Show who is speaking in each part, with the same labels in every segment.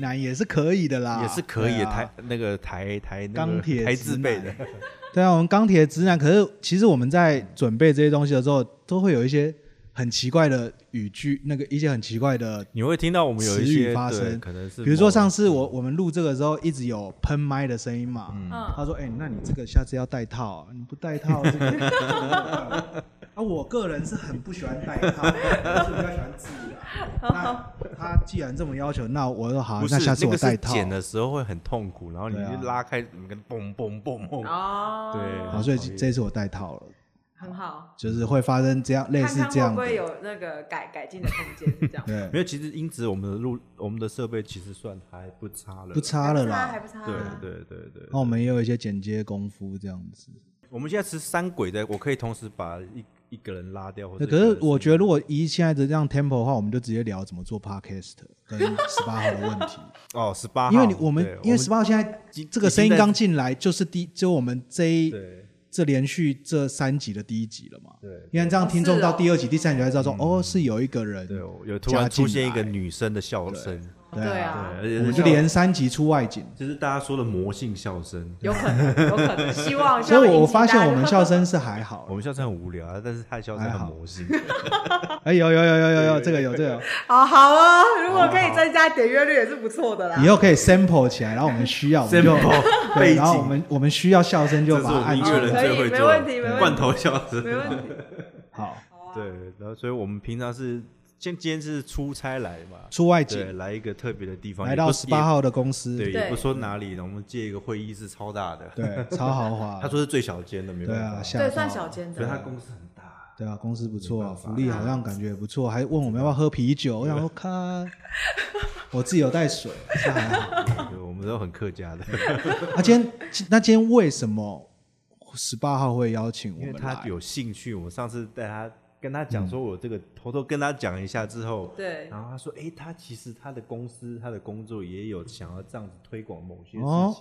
Speaker 1: 男也是可以的啦，
Speaker 2: 也是可以
Speaker 1: 对
Speaker 2: 的
Speaker 1: 啊
Speaker 2: 台那个台台那
Speaker 1: 钢
Speaker 2: 个
Speaker 1: 铁
Speaker 2: 台
Speaker 1: 直
Speaker 2: 字辈
Speaker 1: 男
Speaker 2: 的，
Speaker 1: 对啊，我们钢铁直男。可是其实我们在准备这些东西的时候，都会有一些很奇怪的语句，那个一些很奇怪的，
Speaker 2: 你会听到我们有一
Speaker 1: 词语
Speaker 2: 些
Speaker 1: 发
Speaker 2: 对
Speaker 1: 生
Speaker 2: 可能是
Speaker 1: 比如说
Speaker 2: 某
Speaker 1: 上次我我们录这个时候一直有喷麦的声音嘛，他
Speaker 3: 嗯，
Speaker 1: 说：“哎、那你这个下次要戴套啊，你不戴套这个 啊，我个人是很不喜欢戴套，我是比较喜欢自然。那他既然这么要求，那我说好啊，
Speaker 2: 不是
Speaker 1: 那下次
Speaker 2: 那
Speaker 1: 我
Speaker 2: 个
Speaker 1: 戴
Speaker 2: 是
Speaker 1: 套。
Speaker 2: 剪的时候会很痛苦，然后你
Speaker 1: 对啊
Speaker 2: 就拉开，你跟嘣嘣嘣嘣，
Speaker 3: 哦，
Speaker 2: 对
Speaker 1: 好，所以这次我戴套了，
Speaker 3: 很好，
Speaker 1: 就是会发生这样类
Speaker 3: 看
Speaker 1: 似
Speaker 3: 看
Speaker 1: 这
Speaker 3: 会
Speaker 1: 样
Speaker 3: 不
Speaker 1: 的。。
Speaker 3: 会有那个改改进的空间，是这样
Speaker 1: 对，
Speaker 2: 没有，其实音质我们的录我们的设备其实算还不差了，
Speaker 1: 不，差哦了
Speaker 3: 还
Speaker 1: 啦。
Speaker 3: 不差，啊还
Speaker 2: 对
Speaker 3: 不差。
Speaker 2: 对对对。
Speaker 1: 那我们也有一些剪接功夫这样子。
Speaker 2: 我们现在是三轨的，我可以同时把一一个人拉掉，或者
Speaker 1: 对，可是我觉
Speaker 2: 得
Speaker 1: 得如果依现在的这样 tempo 的话，我们就直接聊怎么做 podcast 跟十八号的问 题。
Speaker 2: 哦十八，
Speaker 1: 因为你我们
Speaker 2: 对
Speaker 1: 因为十八号现在
Speaker 2: 已
Speaker 1: 这个声音
Speaker 2: 已经在
Speaker 1: 刚进来，就是第就我们这一
Speaker 2: 对
Speaker 1: 这连续这三集的第一集了嘛。
Speaker 2: 对
Speaker 1: 因为这样听众
Speaker 3: 是哦
Speaker 1: 到第二集、第三集才知道说，哦，是有一个人，
Speaker 2: 嗯对，
Speaker 1: 对
Speaker 2: 有突然
Speaker 1: 加进
Speaker 2: 出现一个
Speaker 1: 来
Speaker 2: 女生的笑声，
Speaker 3: 对
Speaker 1: 啊，
Speaker 2: 对，
Speaker 3: 啊
Speaker 2: 而，且
Speaker 1: 我们
Speaker 2: 是
Speaker 1: 就
Speaker 2: 笑
Speaker 1: 连三集出外景。
Speaker 2: 就是大家说的魔性笑声。
Speaker 3: 有可能，有可能，希望。希
Speaker 1: 所
Speaker 3: 望
Speaker 1: 以我
Speaker 3: 引
Speaker 1: 我
Speaker 3: 起
Speaker 1: 发
Speaker 3: 大家
Speaker 1: 现我们
Speaker 3: 就
Speaker 1: 笑声是还好
Speaker 2: 我，们笑声很无聊啊，但是他的笑声
Speaker 1: 还
Speaker 2: 很
Speaker 1: 好
Speaker 2: 魔性。
Speaker 1: 哎，有有有有有有，这个有这个有，
Speaker 3: 好好 哦，如果可以增加点阅率也是不错的啦
Speaker 1: 以。后可以 sample 起来，然后我们需要我们就
Speaker 2: Sample，背
Speaker 1: 对，
Speaker 2: 景
Speaker 1: 然后我们我们需要笑声就
Speaker 2: 这是
Speaker 1: 把它
Speaker 2: 我们
Speaker 1: 按
Speaker 2: 音
Speaker 1: 出
Speaker 2: 乐人
Speaker 1: 来。
Speaker 3: 可以
Speaker 2: 最会
Speaker 3: 没
Speaker 2: 做
Speaker 3: 问
Speaker 2: 的
Speaker 3: 题没问题
Speaker 2: 罐头笑声。
Speaker 3: 没问题，
Speaker 1: 好，
Speaker 2: 对，然后所以我们平常是今今天是出差来嘛，
Speaker 1: 出外
Speaker 2: 对，
Speaker 1: 景，
Speaker 2: 来一个特别的地方，
Speaker 1: 来
Speaker 2: 也
Speaker 1: 到
Speaker 2: 不是
Speaker 1: 十八，号的公司
Speaker 2: 也，对，
Speaker 3: 对
Speaker 2: 也不说哪里，我们借一个会议室超大的，
Speaker 1: 对，超豪华。
Speaker 2: 他说是最小间的，没
Speaker 1: 对
Speaker 2: 办
Speaker 1: 啊，
Speaker 2: 法，
Speaker 1: 吓
Speaker 3: 对，
Speaker 1: 到
Speaker 3: 算小间
Speaker 2: 所以他
Speaker 3: 的。
Speaker 2: 公司很大，
Speaker 1: 对啊，公司不
Speaker 2: 没
Speaker 1: 错，
Speaker 2: 办法
Speaker 1: 福利好像感觉也不错，还问我们要不要喝啤酒，我想说看，我自己有带水，是还好。
Speaker 2: 对我们都很 客家的，
Speaker 1: 啊，今天那今天为什么十八号会邀请我
Speaker 2: 因为
Speaker 1: 们
Speaker 2: 他
Speaker 1: 来？
Speaker 2: 有兴趣，我上次带他跟他
Speaker 1: 嗯
Speaker 2: 讲说，我这个偷偷跟他讲一下之后，
Speaker 3: 对，
Speaker 2: 然后他说，哎，他其实他的公司他的工作也有想要这样子推广某些事情，
Speaker 1: 哦，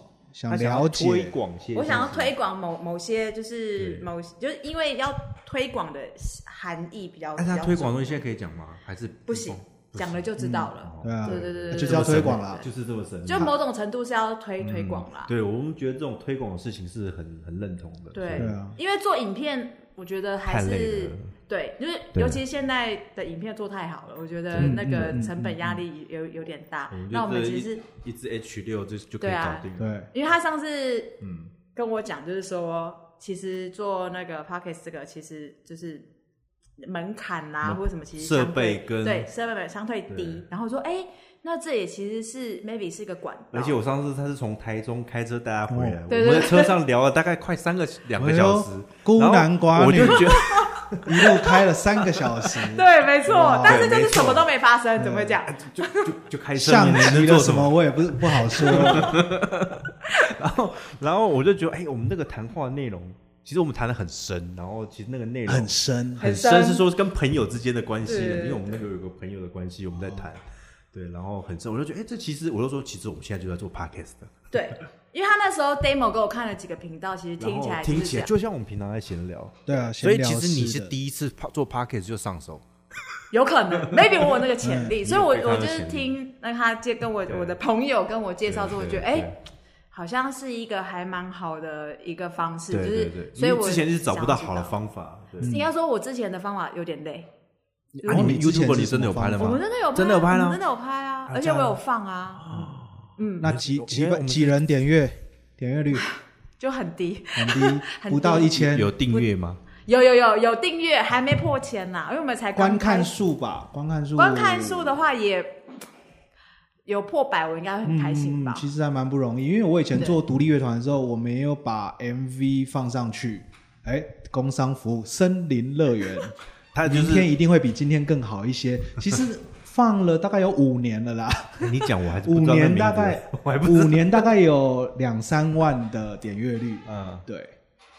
Speaker 2: 他想
Speaker 1: 了
Speaker 2: 要推
Speaker 1: 解，
Speaker 2: 广些，
Speaker 3: 我想要。推广某某些，就是
Speaker 2: 对
Speaker 3: 某就是因为要推广的含义比
Speaker 1: 哎
Speaker 3: 较。
Speaker 2: 那
Speaker 3: 比
Speaker 2: 啊他
Speaker 3: 较
Speaker 2: 推广
Speaker 3: 重
Speaker 2: 的东西现在可以讲吗？还是
Speaker 3: 不行，讲了就知道了。
Speaker 1: 对啊，
Speaker 3: 对对对对
Speaker 1: 就是要推广啦。
Speaker 2: 哦就是这么神秘。
Speaker 3: 就某种程度是要推
Speaker 1: 嗯
Speaker 3: 推广啦。
Speaker 2: 对我们觉得这种推广的事情是很很认同的。
Speaker 3: 对
Speaker 1: 对啊，
Speaker 3: 因为做影片，我觉得还
Speaker 2: 太累
Speaker 3: 是
Speaker 2: 了。
Speaker 3: 对，就是
Speaker 2: 对
Speaker 3: 尤其是现在的影片做太好了，我觉得
Speaker 1: 嗯
Speaker 3: 那
Speaker 1: 嗯
Speaker 3: 个
Speaker 1: 嗯
Speaker 3: 成本压力有有点大
Speaker 2: 我们。就
Speaker 3: 那我们
Speaker 2: 这
Speaker 3: 其实
Speaker 2: 一支 H 六就就可以
Speaker 3: 对啊
Speaker 2: 搞定了。
Speaker 1: 对，
Speaker 3: 因为他上次
Speaker 2: 嗯，
Speaker 3: 跟我讲，就是说，其实做那个 podcast 这个，其实就是门槛啦、
Speaker 2: 嗯
Speaker 3: 或者什么，其实相对
Speaker 2: 设备跟
Speaker 3: 对设备相对低
Speaker 2: 对。
Speaker 3: 然后说，哎、那这也其实是 maybe 是一个管道，
Speaker 2: 而且我上次他是从台中开车带他回来，
Speaker 1: 哦
Speaker 2: 我
Speaker 3: 对
Speaker 2: 们在
Speaker 3: 对
Speaker 2: 车上聊了大概快三个两个小时
Speaker 1: 哎呦，孤
Speaker 2: 然后
Speaker 1: 男寡
Speaker 2: 我
Speaker 1: 女
Speaker 2: 就觉得
Speaker 1: 一路开了三个小 时，
Speaker 3: 对，没错
Speaker 1: 哇，
Speaker 3: 但是就
Speaker 2: 对没
Speaker 3: 是
Speaker 2: 错
Speaker 3: 什么都没发生，怎么会这样？
Speaker 2: 就就就开车，
Speaker 1: 像
Speaker 2: 你能
Speaker 1: 极
Speaker 2: 做
Speaker 1: 了什么？我也不是不好 说。
Speaker 2: 然后，然后我就觉得，哎，我们那个谈话内容，其实我们谈的很深，然后其实那个内容
Speaker 1: 很深，
Speaker 2: 很
Speaker 3: 很
Speaker 2: 深，
Speaker 3: 深
Speaker 2: 是说跟朋友之间的关系
Speaker 3: 对对
Speaker 2: 的，
Speaker 3: 对哦
Speaker 2: 因为我们那个有个朋友的关系，我们在谈，对，然后很深，我就觉得，哎，这其实我就说，其实我们现在就在做 podcast，的
Speaker 3: 对，因为他那时候 demo 给我看了几个频道，其
Speaker 2: 然
Speaker 3: 实听起
Speaker 2: 后
Speaker 3: 来
Speaker 2: 听
Speaker 3: 就是
Speaker 2: 起来
Speaker 3: 这样，
Speaker 2: 就像我们平常在闲聊，
Speaker 1: 对啊，
Speaker 2: 所以
Speaker 1: 闲
Speaker 2: 其
Speaker 1: 聊
Speaker 2: 实你
Speaker 1: 式
Speaker 2: 是
Speaker 1: 的
Speaker 2: 第一次做 podcast 就上手，
Speaker 3: 有可 能 maybe 我有那个潜力，所以我
Speaker 2: 嗯你有
Speaker 3: 我
Speaker 2: 非常有
Speaker 3: 就
Speaker 2: 潜
Speaker 3: 是
Speaker 2: 力
Speaker 3: 听那他介跟我
Speaker 2: 对
Speaker 3: 我的朋友跟我介绍之后，我
Speaker 2: 对
Speaker 3: 觉得
Speaker 2: 对
Speaker 3: 哎。好像是一个还蛮好的一个方式，
Speaker 2: 对
Speaker 3: 就
Speaker 2: 对
Speaker 3: 是
Speaker 2: 对，
Speaker 3: 所以
Speaker 2: 因为
Speaker 3: 我
Speaker 2: 之前是找
Speaker 3: 想
Speaker 2: 不
Speaker 3: 要
Speaker 2: 到
Speaker 3: 知嗯
Speaker 2: 好的方法，对
Speaker 3: 应该说我之前的方法有点累，
Speaker 2: 啊，你们
Speaker 1: 之前
Speaker 2: YouTube
Speaker 1: 是
Speaker 2: 你真的有
Speaker 1: 什么
Speaker 2: 拍了
Speaker 1: 方
Speaker 3: 我们
Speaker 2: 吗？
Speaker 3: 真的有
Speaker 2: 真的有拍
Speaker 3: 我
Speaker 2: 了
Speaker 3: 们真的有拍啊，而且我有放啊，嗯，
Speaker 1: 那几
Speaker 2: 我
Speaker 1: 几
Speaker 2: 因为我们
Speaker 1: 几人点阅，点阅 率
Speaker 3: 就很低，，
Speaker 1: 很低
Speaker 3: 很
Speaker 1: 不到
Speaker 3: 低
Speaker 1: 一千，
Speaker 2: 有订阅吗？
Speaker 1: 嗯
Speaker 3: 有有有有订阅还没破千呐，因为我们才刚
Speaker 1: 观看
Speaker 3: 开
Speaker 1: 数吧，观看数，
Speaker 3: 观看数的话也有破百，我应该会很开心吧
Speaker 1: 嗯？其实还蛮不容易，因为我以前做独立乐团的时候，我们也有把 MV 放上去。哎，工商服务森林乐园，
Speaker 2: 他就
Speaker 1: 明天
Speaker 2: 是
Speaker 1: 一定会比今天更好一些。其实放了大概有五年了啦，
Speaker 2: 你讲我还是 不
Speaker 1: 五
Speaker 2: 知道那
Speaker 1: 年
Speaker 2: 名
Speaker 1: 大
Speaker 2: 字
Speaker 1: 概
Speaker 2: 我还不知
Speaker 1: 五
Speaker 2: 道，
Speaker 1: 年大概有两三万的点阅率，啊
Speaker 2: 嗯，
Speaker 1: 对，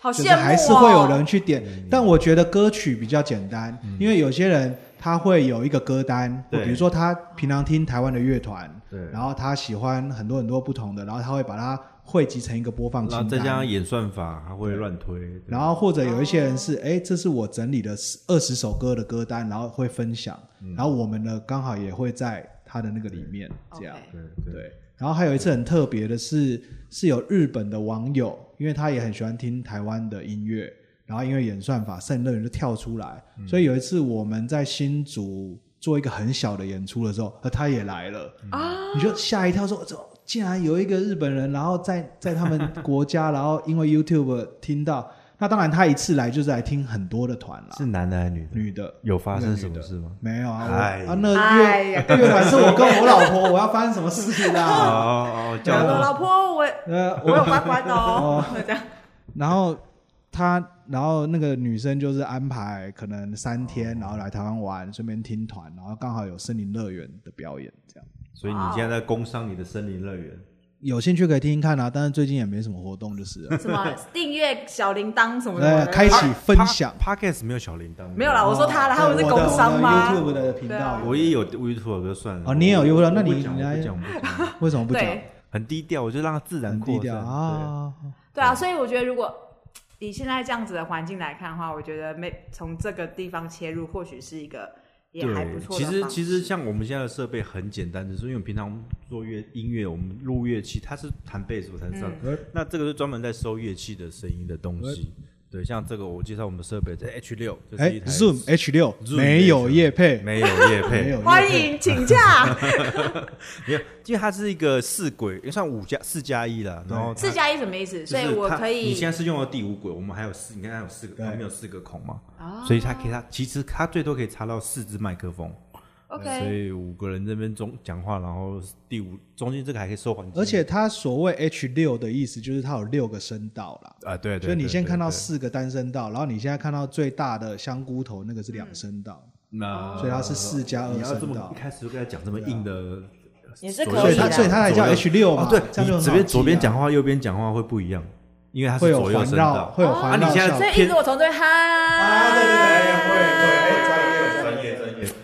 Speaker 3: 好
Speaker 1: 就
Speaker 3: 羡
Speaker 1: 是
Speaker 3: 慕哦！
Speaker 1: 还是会有人去点，但我觉得歌曲比较简单，因为有些人他会有一个歌单，
Speaker 2: 嗯对
Speaker 1: 比如说他平常听台湾的乐团，
Speaker 2: 对
Speaker 1: 然后他喜欢很多很多不同的，然后他会把它汇集成一个播放
Speaker 2: 然后
Speaker 1: 清
Speaker 2: 再加
Speaker 1: 单。
Speaker 2: 上演算法，他会乱推，对
Speaker 1: 然后或者有一些人是，哎，这是我
Speaker 2: 嗯
Speaker 1: 整理的二十首歌的歌单，然后会分享，然后我们呢刚好也会在它的那个里面这样。
Speaker 3: OK
Speaker 2: 对对
Speaker 1: 对，然后还有一次很特别的是，是有日本的网友，因为他也很喜欢听台湾的音乐，然后因为演算法，圣乐园就跳出来，
Speaker 2: 嗯
Speaker 1: 所以有一次我们在新竹做一个很小的演出的时候，呃，他也来了，
Speaker 2: 嗯
Speaker 3: 啊，
Speaker 1: 你就吓一跳说，这竟然有一个日本人，然后在在他们国家，然后因为 YouTube 听到，那当然他一次来就是来听很多的团啦，
Speaker 2: 是男的还是女的？
Speaker 1: 女的。
Speaker 2: 有发生什么事吗？
Speaker 1: 没有啊，我
Speaker 2: 哎
Speaker 1: 啊那
Speaker 3: 哎
Speaker 1: 乐
Speaker 3: 呀
Speaker 1: 乐团是我跟我老婆，我要发生什么事情
Speaker 2: 哦
Speaker 1: 啦？
Speaker 2: 哦哦，
Speaker 1: 对
Speaker 2: 叫
Speaker 1: 啊
Speaker 3: 老
Speaker 2: 我
Speaker 3: 老婆，我
Speaker 1: 呃，
Speaker 3: 我有罚款的哦，这样
Speaker 1: 然后他，然后那个女生就是安排可能三天，然后来台湾玩，顺便听团，然后刚好有森林乐园的表演，这样
Speaker 2: 所以你现在在工商你的森林乐园，
Speaker 1: 有兴趣可以听听看啊。但是最近也没什么活动，就是 了
Speaker 3: 什么订阅小铃铛什么
Speaker 1: 呃
Speaker 3: 的，
Speaker 1: 开启分享。
Speaker 2: Podcast 没有小铃铛，
Speaker 3: 没有啦，哦我说他啦，他
Speaker 1: 对
Speaker 3: 不是
Speaker 1: 我的
Speaker 3: 工商吗
Speaker 1: 我的 YouTube 的频
Speaker 3: 对啊
Speaker 1: 道，
Speaker 2: 我也有 YouTube 就算了。
Speaker 1: 哦你也有
Speaker 2: 我
Speaker 1: YouTube，那
Speaker 2: 我不
Speaker 1: 你
Speaker 2: 讲
Speaker 1: 你
Speaker 2: 我
Speaker 1: 来
Speaker 2: 不讲，我不 讲
Speaker 1: 为什么不讲？
Speaker 3: 对
Speaker 2: 很低调，我就让它自然
Speaker 1: 很
Speaker 2: 扩
Speaker 1: 低
Speaker 2: 散
Speaker 1: 调。啊。
Speaker 3: 对啊，所以我觉得如果以现在这样子的环境来看的话，我觉得没从这个地方切入，或许是一个也还不
Speaker 2: 对，
Speaker 3: 错
Speaker 2: 其
Speaker 3: 的
Speaker 2: 实
Speaker 3: 方
Speaker 2: 其实
Speaker 3: 式
Speaker 2: 像我们现在的设备很简单，就是因为我们平常做乐音乐，我们录乐器，它是弹贝斯，我弹上，
Speaker 1: 嗯
Speaker 2: 那这个是专门在收乐器的声音的东西。对，像这个我介绍我们的设备，这 H 六，这
Speaker 1: 哎
Speaker 2: 是一台
Speaker 1: ，Zoom H 六
Speaker 2: Zoom
Speaker 1: 没有叶配，
Speaker 2: 没有乐配，
Speaker 1: 没有业配
Speaker 3: 欢迎请 假，
Speaker 2: 没有，因为它是一个四轨，也算五加四加一啦，然后它
Speaker 3: 四加一什么意思？所以
Speaker 2: 就是
Speaker 3: 我
Speaker 2: 它
Speaker 3: 可
Speaker 2: 你
Speaker 3: 以
Speaker 2: 现在是用了第五轨，我们还有四，你看还有四个，
Speaker 1: 对
Speaker 2: 旁边有四个孔嘛，
Speaker 3: 哦
Speaker 2: 所以它可以它其实它最多可以插到四支麦克风。呃嗯所
Speaker 3: OK
Speaker 2: 以五个人这边中讲话，然后第五中间这个还可以收环境，
Speaker 1: 而且它所谓 H 六的意思就是它有六个声道啦。
Speaker 2: 啊，对对，
Speaker 1: 所以你
Speaker 2: 对
Speaker 1: 先
Speaker 2: 对
Speaker 1: 看到
Speaker 2: 对
Speaker 1: 四个单声道，然后你现在看到最大的香菇头那个是两声道，
Speaker 2: 那
Speaker 1: 所以它是四加二
Speaker 2: 你要这
Speaker 1: 声
Speaker 2: 么
Speaker 1: 道
Speaker 2: 一，开始就跟他讲这
Speaker 1: 啊
Speaker 2: 么硬的，
Speaker 3: 也是
Speaker 1: 所
Speaker 3: 可
Speaker 1: 以
Speaker 3: 以
Speaker 1: 它
Speaker 3: 的。
Speaker 1: 所以它才叫
Speaker 2: 左右
Speaker 1: H 六嘛
Speaker 2: 哦，，对，
Speaker 1: 啊这样就很好
Speaker 2: 你左边左边
Speaker 1: 记啊
Speaker 2: 讲话，右边讲话会不一样，因为它
Speaker 1: 会
Speaker 2: 是
Speaker 1: 有
Speaker 2: 左右
Speaker 1: 环
Speaker 2: 声
Speaker 1: 绕，
Speaker 2: 道。
Speaker 1: 会有
Speaker 3: 哦
Speaker 1: 环
Speaker 2: 啊
Speaker 1: 绕
Speaker 2: 你现在
Speaker 1: 效
Speaker 3: 所
Speaker 1: 果。
Speaker 3: 以一直我从这边嗨，
Speaker 2: 业，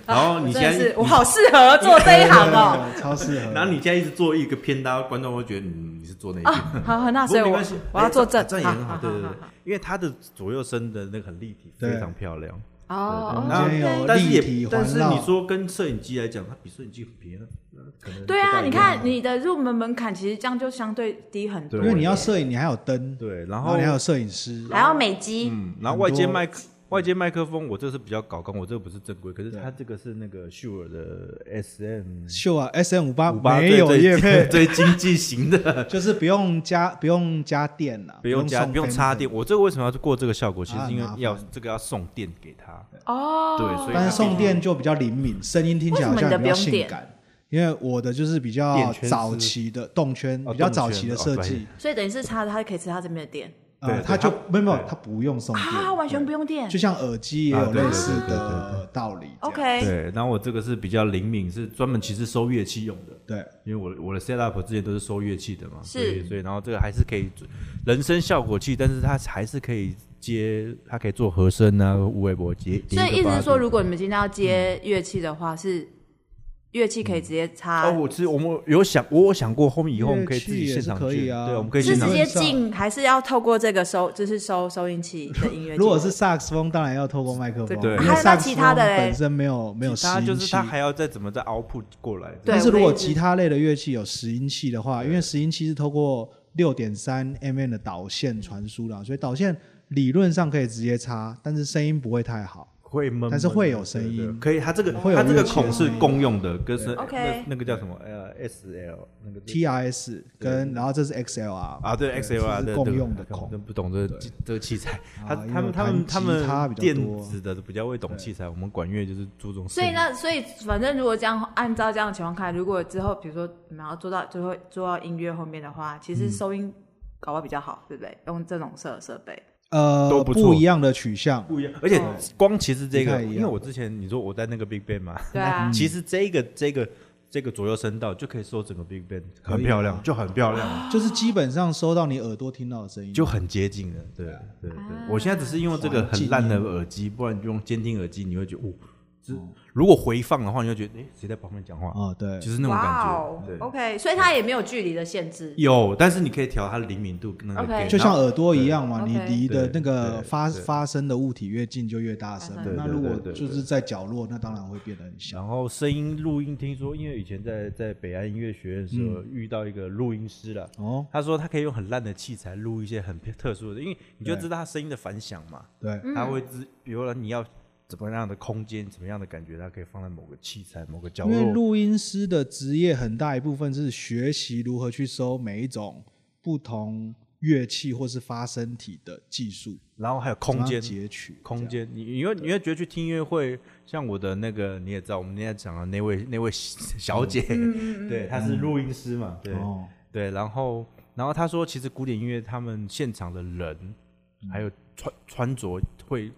Speaker 2: 然后你
Speaker 3: 我真
Speaker 2: 现在
Speaker 3: 的是我
Speaker 2: 你
Speaker 3: 好适合做这一 行
Speaker 1: 对，
Speaker 3: 哦。
Speaker 1: 对对对超适合。
Speaker 2: 然后你现在一直做一个偏搭，观众会觉得嗯你是做那一边。
Speaker 3: 啊，好，好，那
Speaker 2: 不过
Speaker 3: 所以
Speaker 2: 没
Speaker 3: 我
Speaker 2: 关系，哎
Speaker 3: 我要做
Speaker 2: 这这
Speaker 3: 正，
Speaker 2: 也很好，对对对
Speaker 3: 好，
Speaker 2: 因为它的左右声的那个很立体，
Speaker 1: 对
Speaker 2: 非常漂亮。
Speaker 3: 好哦，
Speaker 1: 对对对我们今天有
Speaker 3: OK
Speaker 2: 但是
Speaker 1: 立
Speaker 2: 也
Speaker 1: 体
Speaker 2: 但是
Speaker 1: 环绕
Speaker 2: 你说跟摄影机来讲，它比摄影机很便宜，那可能
Speaker 3: 对
Speaker 2: 不
Speaker 3: 啊，
Speaker 2: 大一
Speaker 3: 你
Speaker 2: 样
Speaker 3: 看你的入门门槛其实这样就相对低很多，
Speaker 1: 因为你要摄影，你还有灯，
Speaker 2: 对，然
Speaker 1: 然
Speaker 2: 后
Speaker 1: 后你还有摄影师，
Speaker 3: 还要美肌，
Speaker 2: 嗯，然后
Speaker 1: 很
Speaker 2: 外接
Speaker 1: 多
Speaker 2: 麦克外接麦克风，我这个是比较搞刚，我这个不是正规，可是
Speaker 1: 嗯
Speaker 2: 它这个是那个 Shure 的 SM
Speaker 1: 秀啊，S M 五八
Speaker 2: 五八
Speaker 1: 没有叶配，
Speaker 2: 最经济型的，
Speaker 1: 就是不用加不用加电了，
Speaker 2: 不用加
Speaker 1: 送
Speaker 2: 不用
Speaker 1: fan
Speaker 2: 插
Speaker 1: 费
Speaker 2: 电。。我这个为什么要过这个效果？其
Speaker 1: 啊
Speaker 2: 实因为
Speaker 1: 很麻
Speaker 2: 要
Speaker 1: 烦
Speaker 2: 这个要送电给他，
Speaker 3: 哦，
Speaker 2: 对所以
Speaker 1: 但是送电就比较灵敏，声音听起来好像也比较性感。因为我的就是比较
Speaker 2: 电圈是
Speaker 1: 早期的动圈，
Speaker 2: 哦
Speaker 1: 比较早期的
Speaker 2: 动
Speaker 1: 设
Speaker 2: 圈
Speaker 1: 计，
Speaker 3: 所以等于是插它可以吃它这边的电
Speaker 1: 呃，
Speaker 2: 对
Speaker 1: 它就
Speaker 2: 对
Speaker 1: 没有没有
Speaker 2: 对，
Speaker 1: 它不用送电，
Speaker 3: 啊，完全不用电
Speaker 1: 就像耳机也
Speaker 2: 啊
Speaker 1: 有
Speaker 2: 对
Speaker 1: 类
Speaker 2: 对
Speaker 1: 似
Speaker 2: 对对对
Speaker 1: 的道理这样。
Speaker 3: ，OK，
Speaker 2: 对，然后我这个是比较灵敏，是专门其实收乐器用的。
Speaker 1: 对，
Speaker 2: 因为我的我的 set up 之前都是收乐器的嘛，
Speaker 3: 是
Speaker 2: 所以所以然后这个还是可以人声效果器，但是它还是可以接，它可以做和声啊、无微博接。
Speaker 3: 所以
Speaker 2: 接一
Speaker 3: 意
Speaker 2: 个
Speaker 3: 思
Speaker 2: 八嗯
Speaker 3: 是说，
Speaker 2: 度
Speaker 3: 如果你们今天要接乐器的话，是乐器可以直接插，
Speaker 2: 哦，我其实我们有想，我有想过后面以后我们可以自
Speaker 1: 乐器
Speaker 2: 己
Speaker 1: 也
Speaker 2: 现
Speaker 1: 是
Speaker 2: 场
Speaker 1: 可以
Speaker 2: 卷
Speaker 1: 啊
Speaker 2: 对，我们可以
Speaker 3: 是
Speaker 2: 现
Speaker 3: 直
Speaker 2: 场
Speaker 3: 接
Speaker 2: 卷。
Speaker 3: 进，还是要透过这个收，就是收收音器的音乐器？
Speaker 1: 如果是萨克斯风，当然要透过麦克风，
Speaker 2: 对
Speaker 1: 因
Speaker 2: 还
Speaker 1: 为
Speaker 2: 有
Speaker 3: 那
Speaker 1: 萨克斯
Speaker 3: 其他的欸
Speaker 1: 风
Speaker 3: 嘞
Speaker 1: 本身没有没有拾
Speaker 2: 它就
Speaker 1: 音
Speaker 2: 是
Speaker 1: 器
Speaker 2: 它。还要再怎么再 output 过来。
Speaker 3: 对
Speaker 1: 但是如果
Speaker 3: 我的意思
Speaker 1: 其他类的乐器有拾音器的话，因为拾音器是透过六点三 mm 的导线传输的，啊所以导线理论上可以直接插，但是声音不会太好。
Speaker 2: 会闷闷的，
Speaker 1: 但是会有声音
Speaker 2: 对对可以，它这个
Speaker 1: 会有
Speaker 2: 它这个
Speaker 1: 乐器的啊
Speaker 2: 孔是
Speaker 1: 声音
Speaker 2: 共用的，跟是
Speaker 3: 嗯 OK
Speaker 2: 那那个叫什么呃 SL 那个
Speaker 1: TRS 跟然后这是 XLR
Speaker 2: 啊，对
Speaker 1: 这
Speaker 2: XLR
Speaker 1: 是
Speaker 2: 的
Speaker 1: 共用的
Speaker 2: 孔
Speaker 1: 孔，，
Speaker 2: 真不懂这个这个器材。他
Speaker 1: 啊因为
Speaker 2: 他们
Speaker 1: 我
Speaker 2: 他
Speaker 1: 弹
Speaker 2: 们
Speaker 1: 吉他比
Speaker 2: 他
Speaker 1: 较
Speaker 2: 们电
Speaker 1: 多
Speaker 2: 子的比较会懂器材，我们管乐就是注重声
Speaker 3: 所以
Speaker 2: 音。
Speaker 3: 那所以反正如果这样按照这样的情况看，如果之后比如说你们要做到最后做到音乐后面的话，其
Speaker 1: 嗯
Speaker 3: 实收音搞不好比较好，对不对？用这种设设备，
Speaker 1: 呃
Speaker 2: 都不错
Speaker 1: 一样的取向，
Speaker 2: 不一样，而且
Speaker 3: 哦
Speaker 2: 光其实这
Speaker 1: 不
Speaker 2: 个，
Speaker 1: 太一样
Speaker 2: 因为我之前你说我在那个 Big Bang 嘛，
Speaker 3: 对啊，
Speaker 2: 其实这个这个这个左右声道就可以说整个 Big Bang
Speaker 1: 可
Speaker 2: 很
Speaker 1: 以
Speaker 2: 漂
Speaker 1: 啊
Speaker 2: 亮，就很漂亮。
Speaker 1: 就是基本上收到你耳朵听到的声音，
Speaker 2: 就很接近了，对对对
Speaker 3: 啊。
Speaker 2: 我现在只是用这个
Speaker 1: 环境
Speaker 2: 很烂的耳机，不然你用监听耳机，你会觉得哦，就是如果回放的话，你就觉得哎，诶谁在旁边讲话？
Speaker 1: 哦，对，
Speaker 2: 就是那种感
Speaker 3: 哇
Speaker 2: 觉。
Speaker 3: 哦
Speaker 2: 对，
Speaker 3: ，OK，所以它也没有距离的限制。
Speaker 2: 有，但是你可以调它的灵敏度跟那个
Speaker 3: OK
Speaker 2: 给
Speaker 1: 就像
Speaker 2: 然后
Speaker 1: 耳朵一样嘛，
Speaker 3: 对
Speaker 1: 你离的那
Speaker 2: 对
Speaker 1: 个
Speaker 2: 对
Speaker 1: 发
Speaker 2: 对
Speaker 1: 发声的物体越近就越大声
Speaker 3: 发。
Speaker 2: 声
Speaker 1: 那如果
Speaker 2: 对对对对
Speaker 1: 就是在角落，那当然会变得很小。
Speaker 2: 然后声音录音，听说因为以前在在北安音乐学院的时候、
Speaker 1: 嗯
Speaker 2: 遇到一个录音师了，
Speaker 1: 哦，
Speaker 2: 他说他可以用很烂的器材录一些很特殊的，因为你就知道他声音的反响嘛，
Speaker 1: 对，
Speaker 2: 他会知，比如说你要怎么样的空间，怎么样的感觉，他可以放在某个器材、某个角
Speaker 1: 因为
Speaker 2: 落。
Speaker 1: 录音师的职业很大一部分是学习如何去收每一种不同乐器或是发声体的技术，
Speaker 2: 然后还有空间
Speaker 1: 怎么样，截取
Speaker 2: 空间，你你会你会觉得去听音乐会，像我的那个你也知道，我们今天讲的那位那位小姐，
Speaker 3: 嗯
Speaker 2: 对，她是录音师嘛，
Speaker 1: 这
Speaker 2: 对
Speaker 1: 样。嗯哦，
Speaker 2: 对，然后然后她说，其实古典音乐他们现场的人，
Speaker 1: 嗯
Speaker 2: 还有穿穿着会，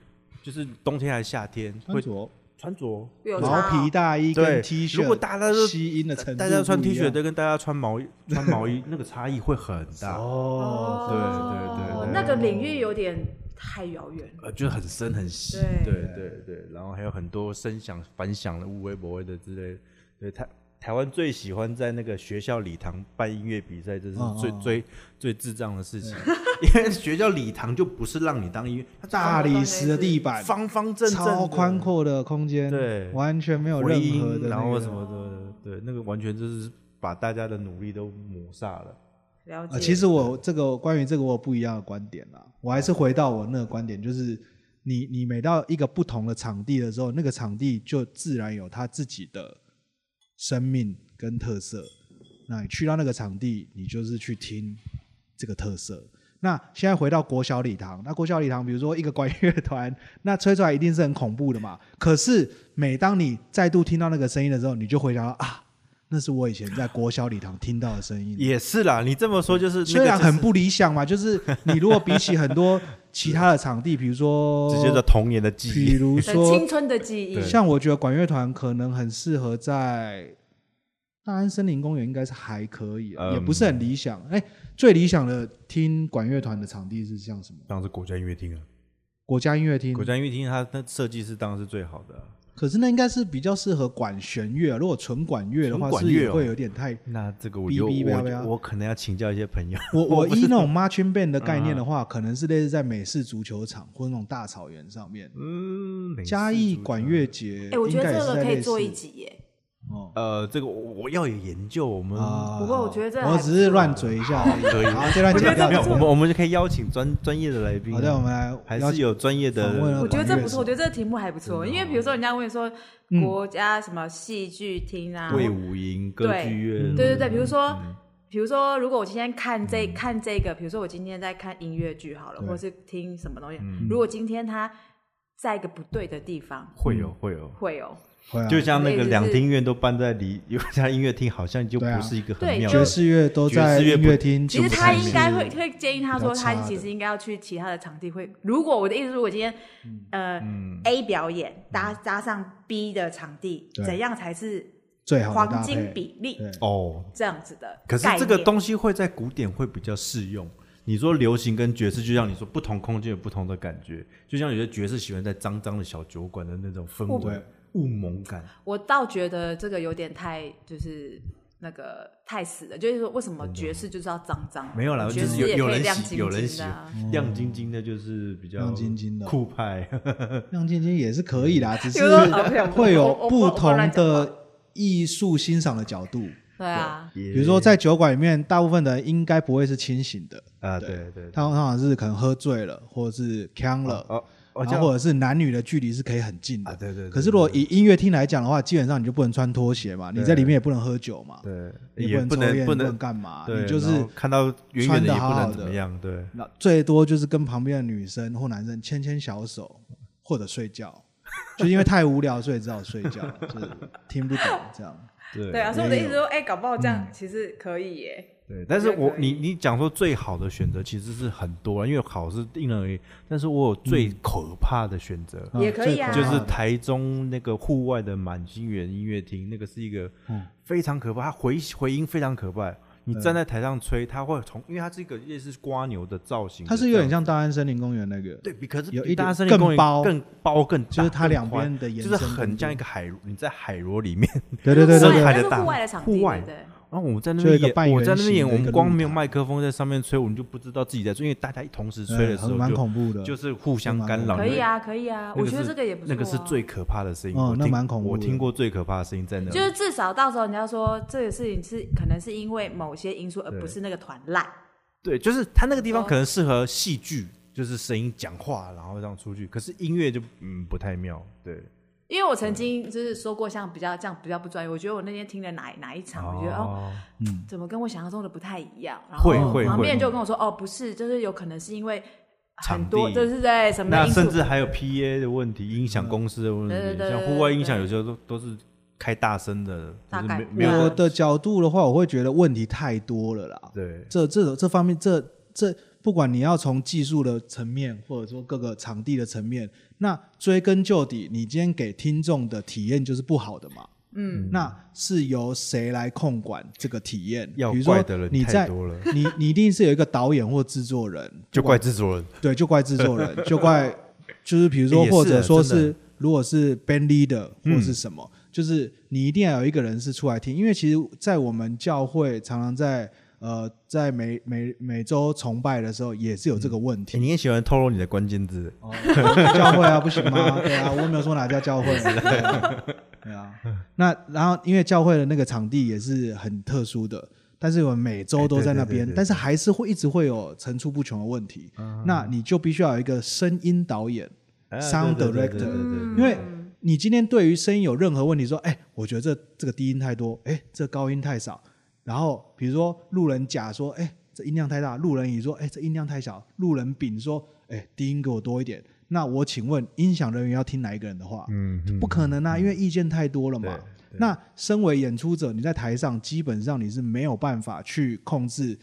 Speaker 2: 就是冬天还是夏天
Speaker 1: 穿
Speaker 2: 会
Speaker 1: 着
Speaker 2: 穿着
Speaker 3: 有
Speaker 1: 毛
Speaker 3: 差
Speaker 1: 皮
Speaker 3: 哦
Speaker 1: 大衣
Speaker 2: 对
Speaker 1: 跟 T 恤，
Speaker 2: 如果大家都
Speaker 1: 吸音的程度不一样，
Speaker 2: 大家穿 T 恤的跟大家穿毛 衣穿毛衣那个差异会很大，
Speaker 1: 哦，
Speaker 2: 对对对对
Speaker 3: 那个领域有点太遥远了。
Speaker 2: 呃，就是很深很细，
Speaker 3: 对
Speaker 2: 对对对，然后还有很多声响、反响的、无微不微的之类的。对台台湾最喜欢在那个学校礼堂办音乐比赛，这是
Speaker 1: 嗯
Speaker 2: 最
Speaker 1: 嗯
Speaker 2: 最最智障的事情， 因为学校礼堂就不是让你当音乐，它
Speaker 1: 大理石的地板，
Speaker 2: 方方正正的
Speaker 1: 超宽阔的空间，
Speaker 2: 对
Speaker 1: 完全没有
Speaker 2: 回
Speaker 1: 任何
Speaker 2: 音，
Speaker 1: 的那
Speaker 2: 然后
Speaker 1: 个
Speaker 2: 什么的，对，那个完全就是把大家的努力都抹煞了。
Speaker 3: 了
Speaker 1: 啊，
Speaker 3: 解。
Speaker 1: 其实我这个关于这个我有不一样的观点啦，我还是回到我那个观点，就是你你每到一个不同的场地的时候，那个场地就自然有它自己的生命跟特色。那你去到那个场地，你就是去听这个特色。那现在回到国小礼堂，那国小礼堂，比如说一个管乐团，那吹出来一定是很恐怖的嘛。可是每当你再度听到那个声音的时候，你就回想到啊，那是我以前在国小礼堂听到的声音。
Speaker 2: 也是啦，你这么说就是那个
Speaker 1: 虽然
Speaker 2: 就是
Speaker 1: 很不理想 嘛，就是你如果比起很多其他的场地，比如说，
Speaker 2: 直接的童年的记
Speaker 1: 哦比
Speaker 2: 忆，
Speaker 1: 如
Speaker 3: 的青
Speaker 1: 说，
Speaker 3: 春的记忆，
Speaker 1: 像我觉得管乐团可能很适合在大安森林公园，应该是还可以、啊，
Speaker 2: 嗯
Speaker 1: 也不是很理想。哎、最理想的听管乐团的场地是像什么？
Speaker 2: 当然是国家音乐厅啊。
Speaker 1: 国家音乐厅
Speaker 2: 国。家音乐厅它那设计是当然是最好的啊、
Speaker 1: 可是那应该是比较适合管弦乐啊、如果纯管乐的话，
Speaker 2: 纯管
Speaker 1: 是
Speaker 2: 乐
Speaker 1: 也
Speaker 2: 哦
Speaker 1: 会有点 太。
Speaker 2: 那这个我
Speaker 1: 哔
Speaker 2: 就
Speaker 1: 哔吧吧
Speaker 2: 我我可能要请教一些朋友。
Speaker 1: 我我依那种 marching band 的概念的
Speaker 2: 嗯
Speaker 1: 话，可能是类似在美式足球场或那种大草原上面，
Speaker 2: 嗯，
Speaker 1: 嘉义管乐节，
Speaker 3: 哎、我觉
Speaker 1: 应
Speaker 3: 得
Speaker 1: 该也
Speaker 3: 这
Speaker 1: 是
Speaker 3: 个
Speaker 1: 在
Speaker 3: 可以
Speaker 1: 类
Speaker 3: 做
Speaker 1: 似
Speaker 3: 一集耶。
Speaker 1: 哦
Speaker 2: 呃，这个我我要有研究，我们、
Speaker 1: 啊。
Speaker 3: 不过我觉得这还
Speaker 1: 我
Speaker 3: 不
Speaker 1: 只是
Speaker 3: 错
Speaker 1: 乱嘴一下而已，
Speaker 2: 嗯 可以
Speaker 1: 好，这段
Speaker 3: 我觉
Speaker 1: 剪掉
Speaker 3: 得这
Speaker 2: 没有，
Speaker 3: 不
Speaker 2: 我
Speaker 3: 错
Speaker 2: 们我们可以邀请专专业的来宾啊。
Speaker 1: 好的，我们来
Speaker 2: 还
Speaker 1: 邀
Speaker 2: 是
Speaker 1: 请
Speaker 2: 有专业的
Speaker 1: 访问了
Speaker 3: 我觉得这不
Speaker 1: 管乐
Speaker 3: 错，
Speaker 1: 手
Speaker 3: 我觉得这个题目还不错，因为比如说
Speaker 1: 哦
Speaker 3: 人家问说
Speaker 1: 嗯
Speaker 3: 国家什么戏剧厅啊，
Speaker 2: 魏武营歌
Speaker 3: 对
Speaker 2: 剧
Speaker 1: 嗯
Speaker 2: 院，
Speaker 3: 对对对，比如说，比如说，如果我今天看这看这个，比如说我今天在看音乐剧好了，
Speaker 1: 对嗯
Speaker 3: 或是听什么东西，如果今天他在一个不对的地方，
Speaker 2: 会有会有。
Speaker 3: 会哦有
Speaker 1: 会啊
Speaker 2: 嗯就像那
Speaker 3: 所以就
Speaker 2: 个
Speaker 3: 是
Speaker 2: 两厅院都搬在离 有家音乐厅，好像就
Speaker 1: 对啊
Speaker 2: 不是一个很
Speaker 3: 对
Speaker 2: 妙
Speaker 1: 爵
Speaker 2: 的
Speaker 3: 就
Speaker 1: 士乐都在
Speaker 2: 爵士乐
Speaker 1: 音
Speaker 2: 不
Speaker 1: 乐厅，
Speaker 3: 其实
Speaker 1: 就不
Speaker 3: 他
Speaker 1: 是
Speaker 3: 应该会会建议他说，
Speaker 1: 比较差
Speaker 3: 他
Speaker 1: 的
Speaker 3: 其实应该要去其他的场地会。如果我的意思，如果今天
Speaker 1: 嗯
Speaker 3: 呃 A 表演搭搭上 B 的场地，
Speaker 1: 对
Speaker 3: 怎样才是
Speaker 1: 最好的
Speaker 3: 黄
Speaker 1: 搭配
Speaker 3: 金比例
Speaker 1: 对
Speaker 2: 哦。
Speaker 3: 这样子的？
Speaker 2: 可是这个，东西会在古典会比较适用。你说流行跟爵士，就像你说，不同空间有不同的感觉。就像有些爵士喜欢在脏脏的小酒馆的那种氛围
Speaker 1: 对、
Speaker 2: 雾蒙感。
Speaker 1: 哦
Speaker 3: 我倒觉得这个有点太就是。那个太死了，就是说为什么爵士就是要脏脏？
Speaker 2: 没有啦，就
Speaker 3: 爵
Speaker 2: 是
Speaker 3: 士
Speaker 2: 有
Speaker 3: 也
Speaker 2: 有
Speaker 3: 可以
Speaker 2: 人
Speaker 3: 亮
Speaker 2: 喜
Speaker 3: 晶
Speaker 2: 有人喜
Speaker 3: 晶的啊。
Speaker 2: 亮晶晶的，就是比较
Speaker 1: 亮晶晶的
Speaker 2: 酷 派。
Speaker 1: 亮晶晶也是可以 啦，只是
Speaker 3: 有时候哦没有我
Speaker 1: 会
Speaker 3: 我
Speaker 1: 有
Speaker 3: 我
Speaker 1: 不
Speaker 3: 我
Speaker 1: 同
Speaker 3: 乱讲话
Speaker 1: 的艺术欣赏的角度。
Speaker 3: 对啊，
Speaker 2: 比
Speaker 1: 比如说，在酒馆里面，大部分的人应该不会是清醒的，
Speaker 2: 啊，对对，
Speaker 1: 他们通常是可能喝醉了，或者是呛了，
Speaker 2: 哦哦，
Speaker 1: 然
Speaker 2: 这
Speaker 1: 后
Speaker 2: 样
Speaker 1: 或者是男女的距离是可以很近
Speaker 2: 啊，
Speaker 1: 的。
Speaker 2: 对对。对
Speaker 1: 可是如果以音乐厅来讲的话，基本上你就不能穿拖鞋嘛，你在里面也不能喝酒嘛，
Speaker 2: 对
Speaker 1: 你
Speaker 2: 也
Speaker 1: 不
Speaker 2: 不
Speaker 1: 能抽
Speaker 2: 能
Speaker 1: 烟，
Speaker 2: 不
Speaker 1: 能
Speaker 2: 能，
Speaker 1: 干嘛，
Speaker 2: 对，
Speaker 1: 你就是
Speaker 2: 然后看到远远
Speaker 1: 穿
Speaker 2: 的
Speaker 1: 得
Speaker 2: 也不
Speaker 1: 好好
Speaker 2: 能
Speaker 1: 的
Speaker 2: 怎么样，对。
Speaker 1: 那最多就是跟旁边的女生或男生牵牵小手，或者睡觉， 就因为太无聊，所以只好睡 觉，就是听不懂这样。
Speaker 2: 对嗯
Speaker 3: 对啊，所以我的
Speaker 1: 也
Speaker 3: 意
Speaker 1: 有
Speaker 3: 思说，哎，搞不好这样其实可以耶。
Speaker 2: 对，但是
Speaker 3: 觉得
Speaker 2: 我
Speaker 3: 可以
Speaker 2: 你你讲说最好的选择其实是很多啊，因为好是因人而异。但是我有最
Speaker 1: 嗯
Speaker 2: 可怕的选择，
Speaker 3: 也可以啊
Speaker 1: 最
Speaker 2: 就
Speaker 1: 可怕
Speaker 2: 是
Speaker 1: 的
Speaker 2: 台中那个户
Speaker 1: 嗯
Speaker 2: 外的满星园音乐厅，那个是一个非常可怕，它回回音非常可怕。你站在台上吹，它会从，因为它是一个类似瓜牛的造型的这样，
Speaker 1: 它是有点像大安森林公园那个，
Speaker 2: 对比，可是
Speaker 1: 有
Speaker 2: 比
Speaker 1: 一点
Speaker 2: 大森林公
Speaker 1: 更
Speaker 2: 园
Speaker 1: 包
Speaker 2: 更包更大，
Speaker 1: 就是它
Speaker 2: 更
Speaker 1: 两
Speaker 2: 宽
Speaker 1: 边的延
Speaker 2: 就
Speaker 1: 伸
Speaker 2: 是
Speaker 1: 更多，
Speaker 2: 很像一个海，你在海螺里面。
Speaker 1: 对对对对
Speaker 2: 深
Speaker 3: 户
Speaker 1: 对
Speaker 3: 外
Speaker 2: 海
Speaker 1: 对，
Speaker 2: 的
Speaker 3: 那是
Speaker 2: 大
Speaker 3: 户外的场地，
Speaker 2: 户外
Speaker 3: 对不对
Speaker 2: 然后我们在那
Speaker 1: 就有
Speaker 2: 边
Speaker 1: 一个半
Speaker 2: 演，我在
Speaker 1: 圆
Speaker 2: 那
Speaker 1: 形
Speaker 2: 边演，
Speaker 1: 的
Speaker 2: 我
Speaker 1: 一
Speaker 2: 们
Speaker 1: 个
Speaker 2: 光
Speaker 1: 露
Speaker 2: 没有
Speaker 1: 台
Speaker 2: 麦克风在上面吹，我们就不知道自己在吹，因为大家一同时吹的
Speaker 1: 嗯
Speaker 2: 时
Speaker 1: 很
Speaker 2: 候
Speaker 1: 蛮
Speaker 2: 就
Speaker 1: 恐怖的，
Speaker 2: 就是互相
Speaker 1: 蛮
Speaker 2: 干
Speaker 1: 恐
Speaker 2: 扰。
Speaker 3: 可
Speaker 2: 那
Speaker 3: 以
Speaker 2: 个
Speaker 3: 啊，可以啊，
Speaker 2: 那
Speaker 3: 我
Speaker 2: 个
Speaker 3: 觉得
Speaker 2: 是
Speaker 3: 这个也不错啊。
Speaker 2: 那个是最可怕的声音，
Speaker 1: 哦
Speaker 2: 我
Speaker 1: 那
Speaker 2: 听
Speaker 1: 蛮恐
Speaker 2: 我
Speaker 1: 怖
Speaker 2: 听
Speaker 1: 的
Speaker 2: 过最可怕的声音在那里。
Speaker 3: 就是至少到时候人家说这个事情是可能是因为某些因素，而不是那个团烂。
Speaker 2: 对，就是他那个地方
Speaker 3: 哦
Speaker 2: 可能适合戏剧，就是声音讲话，然后这样出去。可是音乐就嗯不太妙，对，
Speaker 3: 因为我曾经就是说过，像比较这样比较不专业。我觉得我那天听了哪哪一场，我觉得哦，怎么跟我想象中的不太一样。然后
Speaker 2: 会会
Speaker 3: 旁
Speaker 2: 会
Speaker 3: 边人就跟我说，哦，不是，就是有可能是因为很
Speaker 2: 场
Speaker 3: 多，
Speaker 2: 地
Speaker 3: 就是在什么
Speaker 2: 那
Speaker 3: 因素
Speaker 2: 甚至还有 PA 的问题，音响公司的问
Speaker 3: 对对
Speaker 2: 题，
Speaker 3: 对
Speaker 2: 像
Speaker 3: 对
Speaker 2: 户外
Speaker 3: 对
Speaker 2: 音响
Speaker 3: 对
Speaker 2: 有时候都都是开大声的，就
Speaker 3: 大
Speaker 2: 是
Speaker 3: 概
Speaker 2: 没没
Speaker 3: 对啊
Speaker 1: 我
Speaker 2: 有
Speaker 1: 的角度的话，我会觉得问题太多了啦。
Speaker 2: 对
Speaker 1: 这这种这方面，这这不管你要从技术的层面，或者说各个场地的层面，那追根究底，你今天给听众的体验就是不好的嘛。
Speaker 3: 嗯，
Speaker 1: 那是由谁来控管这个体验？
Speaker 2: 要
Speaker 1: 比如
Speaker 2: 怪
Speaker 1: 说
Speaker 2: 的人
Speaker 1: 你
Speaker 2: 太
Speaker 1: 在
Speaker 2: 多了，
Speaker 1: 你你一定是有一个导演或制作人，
Speaker 2: 就怪制 作人。
Speaker 1: 对，就怪制作人，就怪 就是比如说，
Speaker 2: 也是啊
Speaker 1: 或者说
Speaker 2: 真嗯
Speaker 1: 是如果是 band leader 或是什么，就是你一定要有一个人是出来听，因为其实，在我们教会常常在呃在每每每周崇拜的时候，也是有这个问
Speaker 2: 欸
Speaker 1: 题。
Speaker 2: 你也喜欢透露你的关键字，
Speaker 1: 教会 啊，不行吗？对啊，我又没有说哪家教会。对啊对啊，那然后因为教会的那个场地也是很特殊的，但是我们每周都在那
Speaker 2: 哎对对
Speaker 1: 边
Speaker 2: 对对，嗯
Speaker 1: 但是还是会一直会有层出不穷的问题。那你就必须要有一个声音导演，
Speaker 2: 啊
Speaker 1: Sound
Speaker 2: 对对对对
Speaker 1: director，
Speaker 2: 对对对
Speaker 3: 嗯
Speaker 1: 因为你今天对于声音有任何问题，说，哎，我觉得这这个低音太多，哎，这高音太少，然后比如说路人甲说，哎，这音量太大；路人乙说，哎，这音量太小；路人丙说，哎，低音给我多一点。那我请问音响人员要听哪一个人的话？
Speaker 2: 嗯，嗯
Speaker 1: 不可能啊，因为意见太多了嘛
Speaker 2: 对。对
Speaker 1: 那身为演出者，你在台上基本上你是没有办法去控制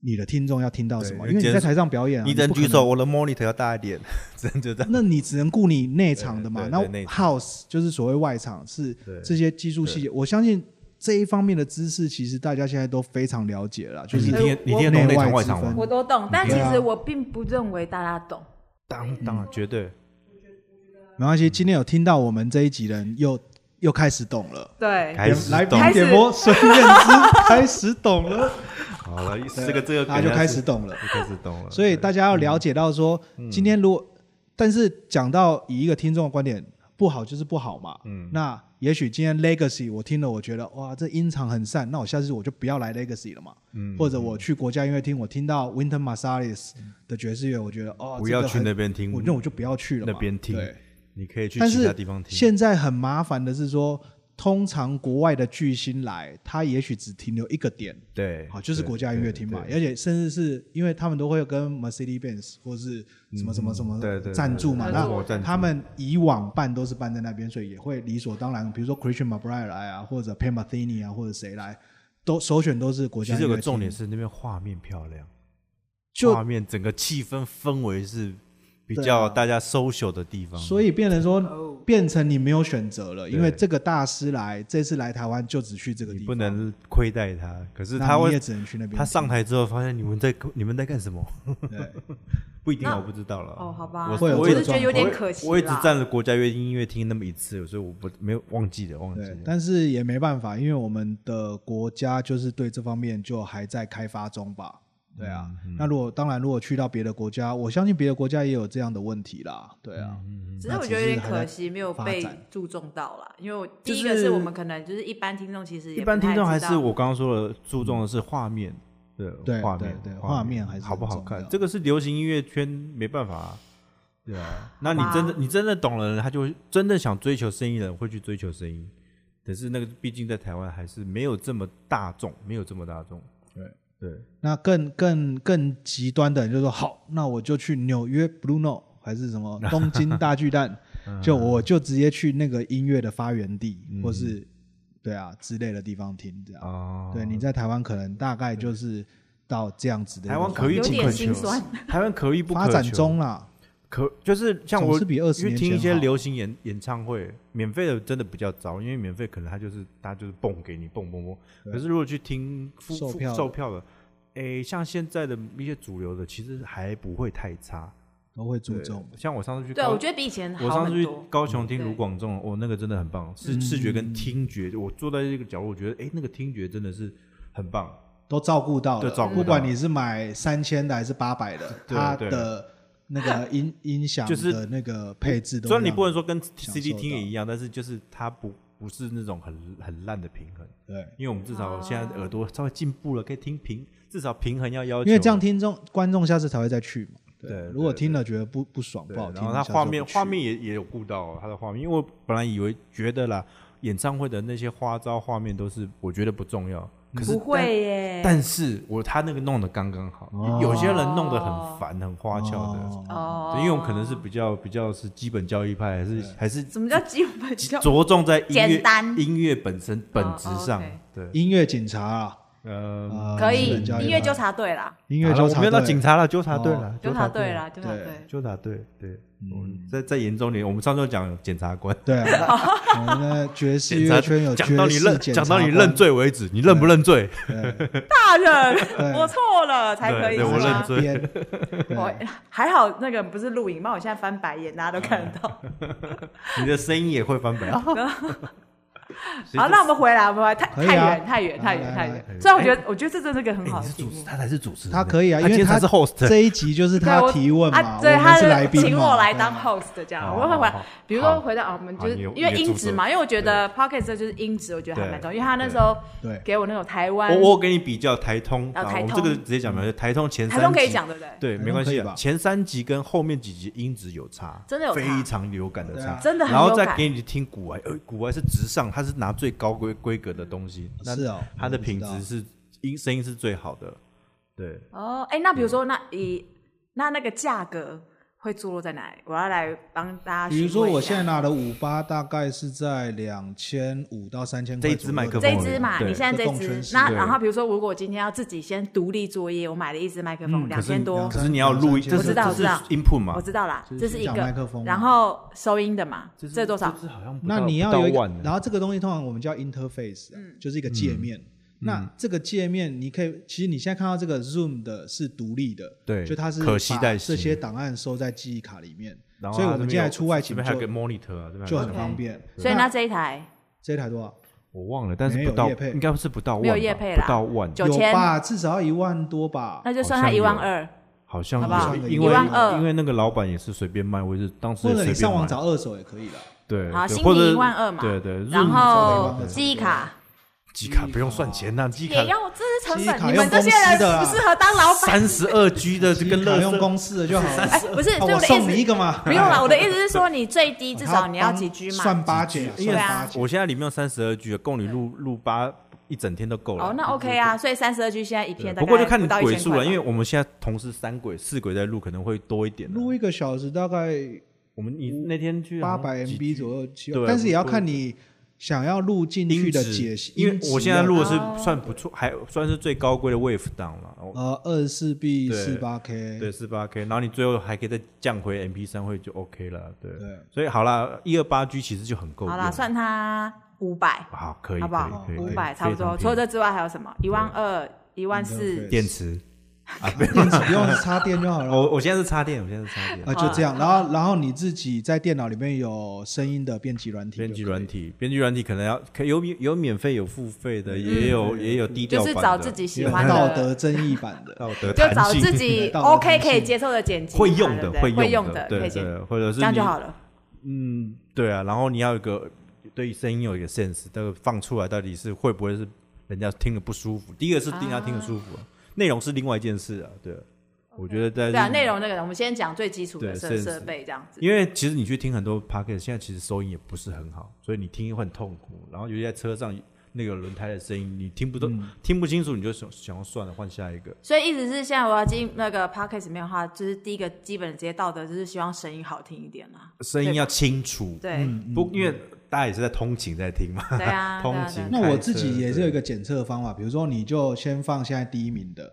Speaker 1: 你的听众要听到什么，
Speaker 2: 对
Speaker 1: 因为你
Speaker 2: 今
Speaker 1: 在
Speaker 2: 天
Speaker 1: 台上表演啊，
Speaker 2: 你只能
Speaker 1: 不可
Speaker 2: 举
Speaker 1: 能
Speaker 2: 手，我的 monitor 要大一点， 只能就这样。
Speaker 1: 那你只能顾你内场的嘛
Speaker 2: 对。
Speaker 1: 那
Speaker 2: 对内
Speaker 1: house 就是所谓外场，是
Speaker 2: 对
Speaker 1: 这些技术细节。我相信这一方面的知识，其实大家现在都非常了解了啦。就是
Speaker 2: 你
Speaker 3: 哎
Speaker 2: 听
Speaker 3: 我
Speaker 2: 你听得懂内
Speaker 1: 内
Speaker 2: 场
Speaker 1: 外
Speaker 2: 外
Speaker 1: 之
Speaker 2: 场吗
Speaker 1: 分？
Speaker 3: 我都懂，但其
Speaker 1: 对啊
Speaker 3: 实我并不认为大家懂。
Speaker 2: 当当然绝对，
Speaker 1: 没关系，今天有听到我们这一集人又又开始懂了。
Speaker 3: 对，
Speaker 2: 开始
Speaker 1: 来
Speaker 2: 懂
Speaker 1: 宾点播孙燕姿开始懂了，
Speaker 2: 好了，这个这个
Speaker 1: 大家
Speaker 2: 梗
Speaker 1: 就
Speaker 2: 要
Speaker 1: 开
Speaker 2: 是
Speaker 1: 始懂了。
Speaker 2: 就开始懂了。
Speaker 1: 所以大家
Speaker 2: 嗯
Speaker 1: 要了解到说，今天如果但是讲到以一个听众的观点，不好就是不好嘛。嗯，那也许今天 Legacy 我听了，我觉得哇，这音场很散，那我下次我就不要来 Legacy 了嘛。嗯，或者我去国家音乐厅，我听到 Winter Marsalis 的爵士乐，我觉得哦，
Speaker 2: 嗯不要
Speaker 1: 这个
Speaker 2: 去
Speaker 1: 很
Speaker 2: 那边听
Speaker 1: 我那我就不要去了嘛。
Speaker 2: 那边听
Speaker 1: 对，
Speaker 2: 你可以去
Speaker 1: 但
Speaker 2: 其
Speaker 1: 是
Speaker 2: 他地方听。
Speaker 1: 现在很麻烦的是说，通常国外的巨星来，他也许只停留一个点。
Speaker 2: 对，
Speaker 1: 好，就是
Speaker 2: 对
Speaker 1: 国家音乐厅嘛，
Speaker 2: 对
Speaker 1: 而且甚至是因为他们都会跟 Mercedes Benz 或是什么什么什么
Speaker 2: 嗯对对对
Speaker 1: 赞助嘛，
Speaker 3: 对
Speaker 1: 那
Speaker 3: 对
Speaker 2: 对
Speaker 1: 他们以往办都是办在那边，所以也会理所当然，比如说 Christian McBride 来啊，或者 Pat m a t h e n y 啊，或者谁来，都首选都是国
Speaker 2: 其
Speaker 1: 家音
Speaker 2: 实
Speaker 1: 乐
Speaker 2: 有
Speaker 1: 厅。
Speaker 2: 个重点是那边画面漂亮，
Speaker 1: 就
Speaker 2: 画面整个气氛氛围是比
Speaker 1: 对
Speaker 2: 较
Speaker 1: 啊
Speaker 2: 大家 social 的地方。
Speaker 1: 所以变成说
Speaker 3: 哦
Speaker 1: 变成你没有选择了，因
Speaker 2: 对
Speaker 1: 为这个大师来这次来台湾就只去这个地
Speaker 2: 你
Speaker 1: 方，
Speaker 2: 不能亏待他，可是
Speaker 1: 那
Speaker 2: 他
Speaker 1: 你
Speaker 2: 会
Speaker 1: 也只能去那边。
Speaker 2: 他上台之后发现你们在你们在干什么，
Speaker 1: 对
Speaker 2: 不一定啊，
Speaker 3: 那
Speaker 2: 我不知道了。
Speaker 3: 哦好吧
Speaker 2: 我
Speaker 1: 会有
Speaker 2: 我
Speaker 1: 这
Speaker 2: 也
Speaker 1: 个
Speaker 3: 我是觉得有点可惜啦
Speaker 2: 我也只占了国家乐音乐厅那么一次，所以我不没有忘记了，忘记
Speaker 1: 对，
Speaker 2: 了。
Speaker 1: 但是也没办法，因为我们的国家就是对这方面就还在开发中吧。对啊，
Speaker 2: 嗯
Speaker 1: 那如果当然，如果去到别的国家，我相信别的国家也有这样的问题啦。对啊，
Speaker 2: 嗯
Speaker 3: 只是我觉得有点可惜，没有被
Speaker 1: 发展
Speaker 3: 注重到啦。因为我
Speaker 2: 就
Speaker 3: 第
Speaker 2: 是
Speaker 3: 一个是我们可能就是一般听众，其实也
Speaker 2: 一般听众还是
Speaker 3: 我
Speaker 2: 我刚刚说的，注重的是画面的
Speaker 1: 对
Speaker 2: 画面，
Speaker 1: 对对
Speaker 2: 画
Speaker 1: 画面还是
Speaker 2: 好不好
Speaker 1: 很重要
Speaker 2: 看？这个是流行音乐圈没办法、啊，对啊。那你真的
Speaker 3: 哇
Speaker 2: 你真的懂了人，他就会真的想追求声音的人会去追求声音，可是那个毕竟在台湾还是没有这么大众，没有这么大众。
Speaker 1: 对
Speaker 2: 对，
Speaker 1: 那更更更极端的人就说，好，那我就去纽约 Blue No 还是什 么东京大巨蛋，
Speaker 2: 嗯
Speaker 1: 就我就直接去那个音乐的发源地，或是对啊之类的地方听这样。
Speaker 2: 哦，
Speaker 1: 对，你在台湾可能大概就是到这样子的一个
Speaker 2: 台湾
Speaker 1: 环
Speaker 2: 可遇
Speaker 3: 有
Speaker 2: 不
Speaker 3: 点
Speaker 2: 可
Speaker 3: 心
Speaker 2: 求
Speaker 3: 酸，
Speaker 2: 台湾可遇不可
Speaker 1: 发
Speaker 2: 求，
Speaker 1: 展中啦，
Speaker 2: 可就是像
Speaker 1: 总
Speaker 2: 我
Speaker 1: 是比20
Speaker 2: 去
Speaker 1: 年
Speaker 2: 听一
Speaker 1: 前
Speaker 2: 些
Speaker 1: 好
Speaker 2: 流行演演唱会，免费的真的比较糟，因为免费可能他就是他就是蹦给你蹦蹦蹦。可是如果去听付
Speaker 1: 售
Speaker 2: 付
Speaker 1: 票的
Speaker 2: 售票的，诶，像现在的一些主流的，其实还不会太差。
Speaker 1: 都会注
Speaker 2: 对
Speaker 1: 重。
Speaker 2: 像我上次去
Speaker 3: 对，啊
Speaker 2: 高
Speaker 3: 我觉得比以前
Speaker 2: 我
Speaker 3: 好
Speaker 2: 上次
Speaker 3: 很
Speaker 2: 去
Speaker 3: 多。嗯
Speaker 2: 高雄听
Speaker 3: 对
Speaker 2: 卢广仲，我、那个真的很棒，视视
Speaker 1: 嗯
Speaker 2: 觉跟听觉，我坐在这个角落，我觉得哎，那个听觉真的是很棒。
Speaker 1: 都照顾到了，
Speaker 2: 对照顾到
Speaker 1: 不管你是买三千的还是八百的，
Speaker 2: 对
Speaker 1: 它
Speaker 2: 对
Speaker 1: 的那个 音音响
Speaker 2: 就是
Speaker 1: 的那个配置都
Speaker 2: 虽
Speaker 1: 让，
Speaker 2: 然你不能说跟
Speaker 1: 享
Speaker 2: CD
Speaker 1: 受
Speaker 2: 听也
Speaker 1: 到
Speaker 2: 一样，但是就是它不不是那种很很烂的平衡，
Speaker 1: 对，
Speaker 2: 因为我们至少现在耳朵稍微进步了，可以听平，至少平衡要要求。
Speaker 1: 因为这样听众观众下次才会再去嘛。
Speaker 2: 对对
Speaker 1: 如果听了觉得不不爽不
Speaker 2: 对，
Speaker 1: 好听，
Speaker 2: 然后它
Speaker 1: 下次
Speaker 2: 画
Speaker 1: 就
Speaker 2: 面
Speaker 1: 不去
Speaker 2: 画面也也有顾到它的画面，因为我本来以为觉得啦，演唱会的那些花招画面都是我觉得不重要，可是
Speaker 3: 不
Speaker 2: 但
Speaker 3: 会耶，
Speaker 2: 但是我他那个弄得刚刚好，
Speaker 1: 哦
Speaker 2: 有些人弄得很烦、很花俏的，
Speaker 1: 哦
Speaker 3: 哦
Speaker 2: 对，因为我们可能是比较比较是基本教育派，还是还是
Speaker 3: 什么叫基本教？
Speaker 2: 着重在音乐
Speaker 3: 简单
Speaker 2: 音乐本身本质上，
Speaker 3: 哦
Speaker 2: 对，
Speaker 1: 音乐警察啊，
Speaker 2: 呃，
Speaker 1: 呃
Speaker 3: 可
Speaker 1: 日
Speaker 3: 以
Speaker 1: 本教育
Speaker 3: 音乐
Speaker 1: 派
Speaker 3: 纠察队啦，
Speaker 1: 音乐
Speaker 2: 好了
Speaker 1: 纠
Speaker 2: 我
Speaker 1: 察
Speaker 2: 们要到
Speaker 1: 队
Speaker 2: 警察了，纠察队
Speaker 1: 哦嗯
Speaker 2: 了，
Speaker 3: 纠察队啦，
Speaker 2: 了，
Speaker 3: 纠察队。
Speaker 2: 纠察队，对，我们再再严重点，我们上次有讲检察 官，
Speaker 1: 对啊，我们的爵 士
Speaker 2: 检
Speaker 1: 乐
Speaker 2: 察
Speaker 1: 圈有爵
Speaker 2: 讲到你
Speaker 1: 士
Speaker 2: 认
Speaker 1: 检
Speaker 2: 讲
Speaker 1: 察
Speaker 2: 到你
Speaker 1: 官
Speaker 2: 认，罪为止，你认不认罪？
Speaker 3: 大 人，我错了才
Speaker 2: 对
Speaker 3: 可以
Speaker 2: 对
Speaker 3: 是
Speaker 2: 我认
Speaker 3: 吗
Speaker 2: 罪？
Speaker 1: 编
Speaker 3: 我还好那个不是录影，不然我现在翻白眼，大家都看 得到。
Speaker 2: 你的声音也会翻白。
Speaker 3: 好，哦那我们回来，我们回来太
Speaker 1: 可以
Speaker 3: 太
Speaker 1: 啊哎
Speaker 3: 远太远
Speaker 1: 来
Speaker 3: 太远
Speaker 1: 来
Speaker 3: 太
Speaker 1: 来
Speaker 3: 远。虽然我觉得，我觉得这真是个很
Speaker 2: 哎
Speaker 3: 好
Speaker 2: 你
Speaker 3: 的
Speaker 2: 是
Speaker 3: 题
Speaker 2: 主
Speaker 3: 目
Speaker 2: 持，。他才是主持人，
Speaker 1: 他可以啊，因为
Speaker 2: 今天才
Speaker 1: 他
Speaker 2: 是 host，
Speaker 1: 这一集就是
Speaker 3: 对我
Speaker 1: 他提问嘛，
Speaker 3: 啊对，
Speaker 1: 我
Speaker 3: 他
Speaker 1: 们是来宾嘛，哎
Speaker 3: 请我来
Speaker 1: 对
Speaker 3: 当 host 这样，
Speaker 2: 好
Speaker 3: 我会回
Speaker 2: 好
Speaker 3: 来
Speaker 2: 好。
Speaker 3: 比如
Speaker 2: 好
Speaker 3: 说回到啊，我们就是
Speaker 2: 好你有
Speaker 3: 因为
Speaker 2: 你有
Speaker 3: 音质嘛，
Speaker 2: 注册
Speaker 3: 因为我觉得 podcast 这就是音质，我觉得还蛮重要，因为他那时候
Speaker 1: 对
Speaker 3: 给我那种台湾，
Speaker 2: 我我给你比较台通，
Speaker 3: 啊
Speaker 2: 啊
Speaker 3: 台
Speaker 2: 我们
Speaker 3: 通嗯
Speaker 2: 这个直接讲没有，台通前
Speaker 3: 台
Speaker 2: 三
Speaker 3: 中
Speaker 2: 集
Speaker 3: 可以，讲对不对？
Speaker 2: 对，
Speaker 1: 台通
Speaker 2: 没关
Speaker 1: 可以
Speaker 2: 系啊
Speaker 1: 吧。
Speaker 2: 前三集跟后面几集音质有差，
Speaker 3: 真的有差
Speaker 2: 非常有感的
Speaker 1: 对
Speaker 2: 差
Speaker 1: 啊，
Speaker 3: 真的很有
Speaker 2: 然后再
Speaker 3: 感
Speaker 2: 给你听古玩，呃，古玩是直上，它是拿最高规规格的东西，那
Speaker 1: 是哦
Speaker 2: 它的
Speaker 1: 我不知
Speaker 2: 品
Speaker 1: 道
Speaker 2: 质是音声音是最好的，对，
Speaker 3: 哦，哎，那比如说那以那那个价格会坐落在哪里？我要来帮大家询
Speaker 1: 比
Speaker 3: 问一下。
Speaker 1: 如说我现在拿的五八大概是在两千五到三千
Speaker 2: 这
Speaker 1: 块
Speaker 2: 一
Speaker 1: 左右，
Speaker 2: 支麦克风
Speaker 3: 这
Speaker 2: 而
Speaker 3: 一
Speaker 2: 已，
Speaker 3: 支嘛，
Speaker 2: 对
Speaker 3: 你现在这
Speaker 1: 就动
Speaker 3: 支
Speaker 1: 圈，式
Speaker 3: 那
Speaker 2: 对
Speaker 3: 然后比如说，如果我今天要自己先独立作业，我买了一支麦克风，两
Speaker 2: 嗯可是
Speaker 3: 千多，
Speaker 2: 可是你要录音，这
Speaker 1: 我
Speaker 2: 是
Speaker 1: 知
Speaker 3: 道
Speaker 2: 这
Speaker 3: 我
Speaker 2: 是
Speaker 3: 知道
Speaker 2: input 嘛
Speaker 3: 我，知道啦，这
Speaker 1: 这
Speaker 3: 是
Speaker 1: 是
Speaker 3: 一
Speaker 1: 讲麦克
Speaker 3: 个
Speaker 1: 风，嘛
Speaker 3: 然后收音的嘛，这多少？
Speaker 2: 这好像不
Speaker 1: 那
Speaker 2: 到
Speaker 1: 你
Speaker 2: 不
Speaker 1: 要
Speaker 2: 到
Speaker 1: 有一个
Speaker 2: 万啊呢，
Speaker 1: 然后这个东西通常我们叫 interface，、啊就是一
Speaker 3: 嗯
Speaker 1: 个界面。
Speaker 2: 嗯
Speaker 1: 那这个界面你可以，其实你现在看到这个 Zoom 的是独立的，
Speaker 2: 对
Speaker 1: 就它是
Speaker 2: 可携带
Speaker 1: 把
Speaker 2: 型
Speaker 1: 这些档案收在记忆卡里面，
Speaker 2: 然后
Speaker 1: 所以
Speaker 2: 它
Speaker 1: 我们
Speaker 2: 这边
Speaker 1: 现在
Speaker 2: 有
Speaker 1: 出外
Speaker 2: 这
Speaker 1: 景
Speaker 2: 边还有个
Speaker 1: 就
Speaker 2: monitor 啊，这边还有
Speaker 1: 就
Speaker 2: 个
Speaker 1: 很
Speaker 3: OK
Speaker 1: 方便。
Speaker 3: 所以那这一台
Speaker 1: 这台多少？
Speaker 2: 我忘了，但是
Speaker 1: 没
Speaker 2: 不
Speaker 1: 有
Speaker 2: 到，
Speaker 1: 业配
Speaker 2: 应该不是不到万吧，
Speaker 3: 没有业配啦
Speaker 2: 不到万，
Speaker 3: 九
Speaker 1: 有
Speaker 3: 千，
Speaker 1: 吧，至少要一万多吧。
Speaker 3: 那就
Speaker 2: 啊好
Speaker 3: 算他
Speaker 2: 像
Speaker 3: 一万
Speaker 2: 有
Speaker 3: 二，
Speaker 2: 好像
Speaker 3: 好不
Speaker 1: 好
Speaker 2: 因为
Speaker 3: 12,000
Speaker 2: 因为那个老板也是随便卖，我也是当时
Speaker 1: 或
Speaker 2: 也
Speaker 1: 者你
Speaker 2: 随便
Speaker 1: 上网
Speaker 2: 买
Speaker 1: 找二手也可以了。
Speaker 2: 对，
Speaker 3: 好，
Speaker 2: 对
Speaker 3: 新
Speaker 2: 或者
Speaker 3: 品一万二嘛，
Speaker 2: 对对，
Speaker 3: 然
Speaker 2: Zoom
Speaker 3: 后
Speaker 1: 对
Speaker 3: 记忆卡
Speaker 2: 集卡不用算钱呐，集卡
Speaker 3: 也要，这是成
Speaker 1: 记忆卡
Speaker 3: 本，你们
Speaker 1: 用
Speaker 3: 这些
Speaker 1: 公司的
Speaker 3: 人
Speaker 1: 啊
Speaker 3: 不适合当老板。
Speaker 2: 三十二 G 的这
Speaker 1: 你
Speaker 2: 跟
Speaker 1: 卡
Speaker 2: 乐
Speaker 1: 用
Speaker 2: 色，
Speaker 1: 公司的就好 了。
Speaker 3: 哎，不是，
Speaker 1: 啊我
Speaker 3: 对我的
Speaker 1: 送你一
Speaker 3: 意思，
Speaker 1: 个嘛。
Speaker 3: 不用啦，我的意思是说，你最低至
Speaker 1: 他
Speaker 3: 少你要
Speaker 1: 帮
Speaker 3: 几 G 嘛？
Speaker 1: 算八 G，
Speaker 3: 对啊
Speaker 2: 我现在里面有三十二 G 的，够你录录八一整天都够了。
Speaker 3: 哦，那 OK 啊，所以三十二 G 现在一
Speaker 2: 对
Speaker 3: 片大概
Speaker 2: 不过就看你
Speaker 3: 不到
Speaker 2: 轨
Speaker 3: 1000
Speaker 2: 数
Speaker 3: 块
Speaker 2: 了，
Speaker 3: 吧
Speaker 2: 因为我们现在同时三轨、四轨在录，可能会多一点啊。
Speaker 1: 录一个小时大概
Speaker 2: 我们你那天去
Speaker 1: 八
Speaker 2: 好像
Speaker 1: 百
Speaker 2: 啊几
Speaker 1: MB 左右起
Speaker 2: 对，
Speaker 1: 但是也要
Speaker 2: 不
Speaker 1: 看你想要录进去的
Speaker 2: 音质
Speaker 1: 解析。啊
Speaker 2: 因为
Speaker 1: 音质
Speaker 2: 我现在录的
Speaker 3: 要高
Speaker 2: 是算不错，还算是最高规的 Wave 档了。哦
Speaker 1: 呃二十四 B
Speaker 2: 对
Speaker 1: 四八 K，
Speaker 2: 对，四八 K，然后你最后还可以再降回 MP 三，会就 OK 了。对，
Speaker 1: 对
Speaker 2: 所以好啦，一二八 G 其实就很够用。
Speaker 3: 好啦，算他五百，
Speaker 2: 好，可以，
Speaker 3: 好不好
Speaker 2: 可以？可以
Speaker 3: 五
Speaker 2: 可以
Speaker 3: 百差不
Speaker 2: 非常
Speaker 3: 多。
Speaker 2: 便宜
Speaker 3: 除了这之外还有什么？一万二、一万四，
Speaker 2: 电池啊，不
Speaker 1: 电池不用插电就好了。
Speaker 2: 我我现在是插电，我现在是插电
Speaker 1: 啊，。就这样，然后然后你自己在电脑里面有声音的编辑软体就可以，
Speaker 2: 编辑软体，编辑软体可能要可有免有免费有付费的，也有也有低调
Speaker 3: 嗯就
Speaker 2: 版
Speaker 3: 是
Speaker 2: 的，
Speaker 3: 找自己喜
Speaker 1: 有
Speaker 3: 欢
Speaker 1: 道
Speaker 3: 的，
Speaker 1: 德争议版的，
Speaker 2: 道德
Speaker 3: 就找
Speaker 2: 弹性
Speaker 3: 自己
Speaker 1: 道德
Speaker 3: OK
Speaker 1: 弹
Speaker 3: 可
Speaker 1: 性
Speaker 3: 以接受的剪辑嘛，
Speaker 2: 会用
Speaker 3: 对
Speaker 2: 的，
Speaker 3: 不对会
Speaker 2: 用
Speaker 3: 的，可
Speaker 2: 对
Speaker 3: 以剪，
Speaker 2: 对，或者是
Speaker 3: 这样就
Speaker 2: 你
Speaker 3: 好了。
Speaker 2: 嗯，对啊，然后你要有一个对声音有一个 sense，这个放出来到底是会不会是人家听了不舒服？第一个是听他听得舒服啊、内容是另外一件事啊，对啊我觉得在
Speaker 3: 对啊，内容那个，我们先讲最基础的
Speaker 2: 对
Speaker 3: 设
Speaker 2: 设
Speaker 3: 设
Speaker 2: 施
Speaker 3: 备这样子。
Speaker 2: 因为其实你去听很多 podcast，现在其实收音也不是很好，所以你听会很痛苦。然后尤其在车上那个轮胎的声音，你听不懂、
Speaker 1: 嗯
Speaker 2: 听不清楚，你就想想要算了，换下一个。
Speaker 3: 所以意思是，现在我要进那个 podcast 里面的话，就是第一个基本的职业道德，就是希望声音好听一点啦。
Speaker 2: 声音要清楚，
Speaker 3: 对，
Speaker 1: 嗯
Speaker 2: 不，因为大家也是在通勤在听嘛，
Speaker 3: 对啊
Speaker 2: 嗯通
Speaker 3: 对啊对
Speaker 2: 勤。
Speaker 3: 啊
Speaker 1: 那我自己也是有一
Speaker 2: 个，
Speaker 1: 个检测方法，比如
Speaker 2: 嗯
Speaker 1: 说你就先放现在第一名的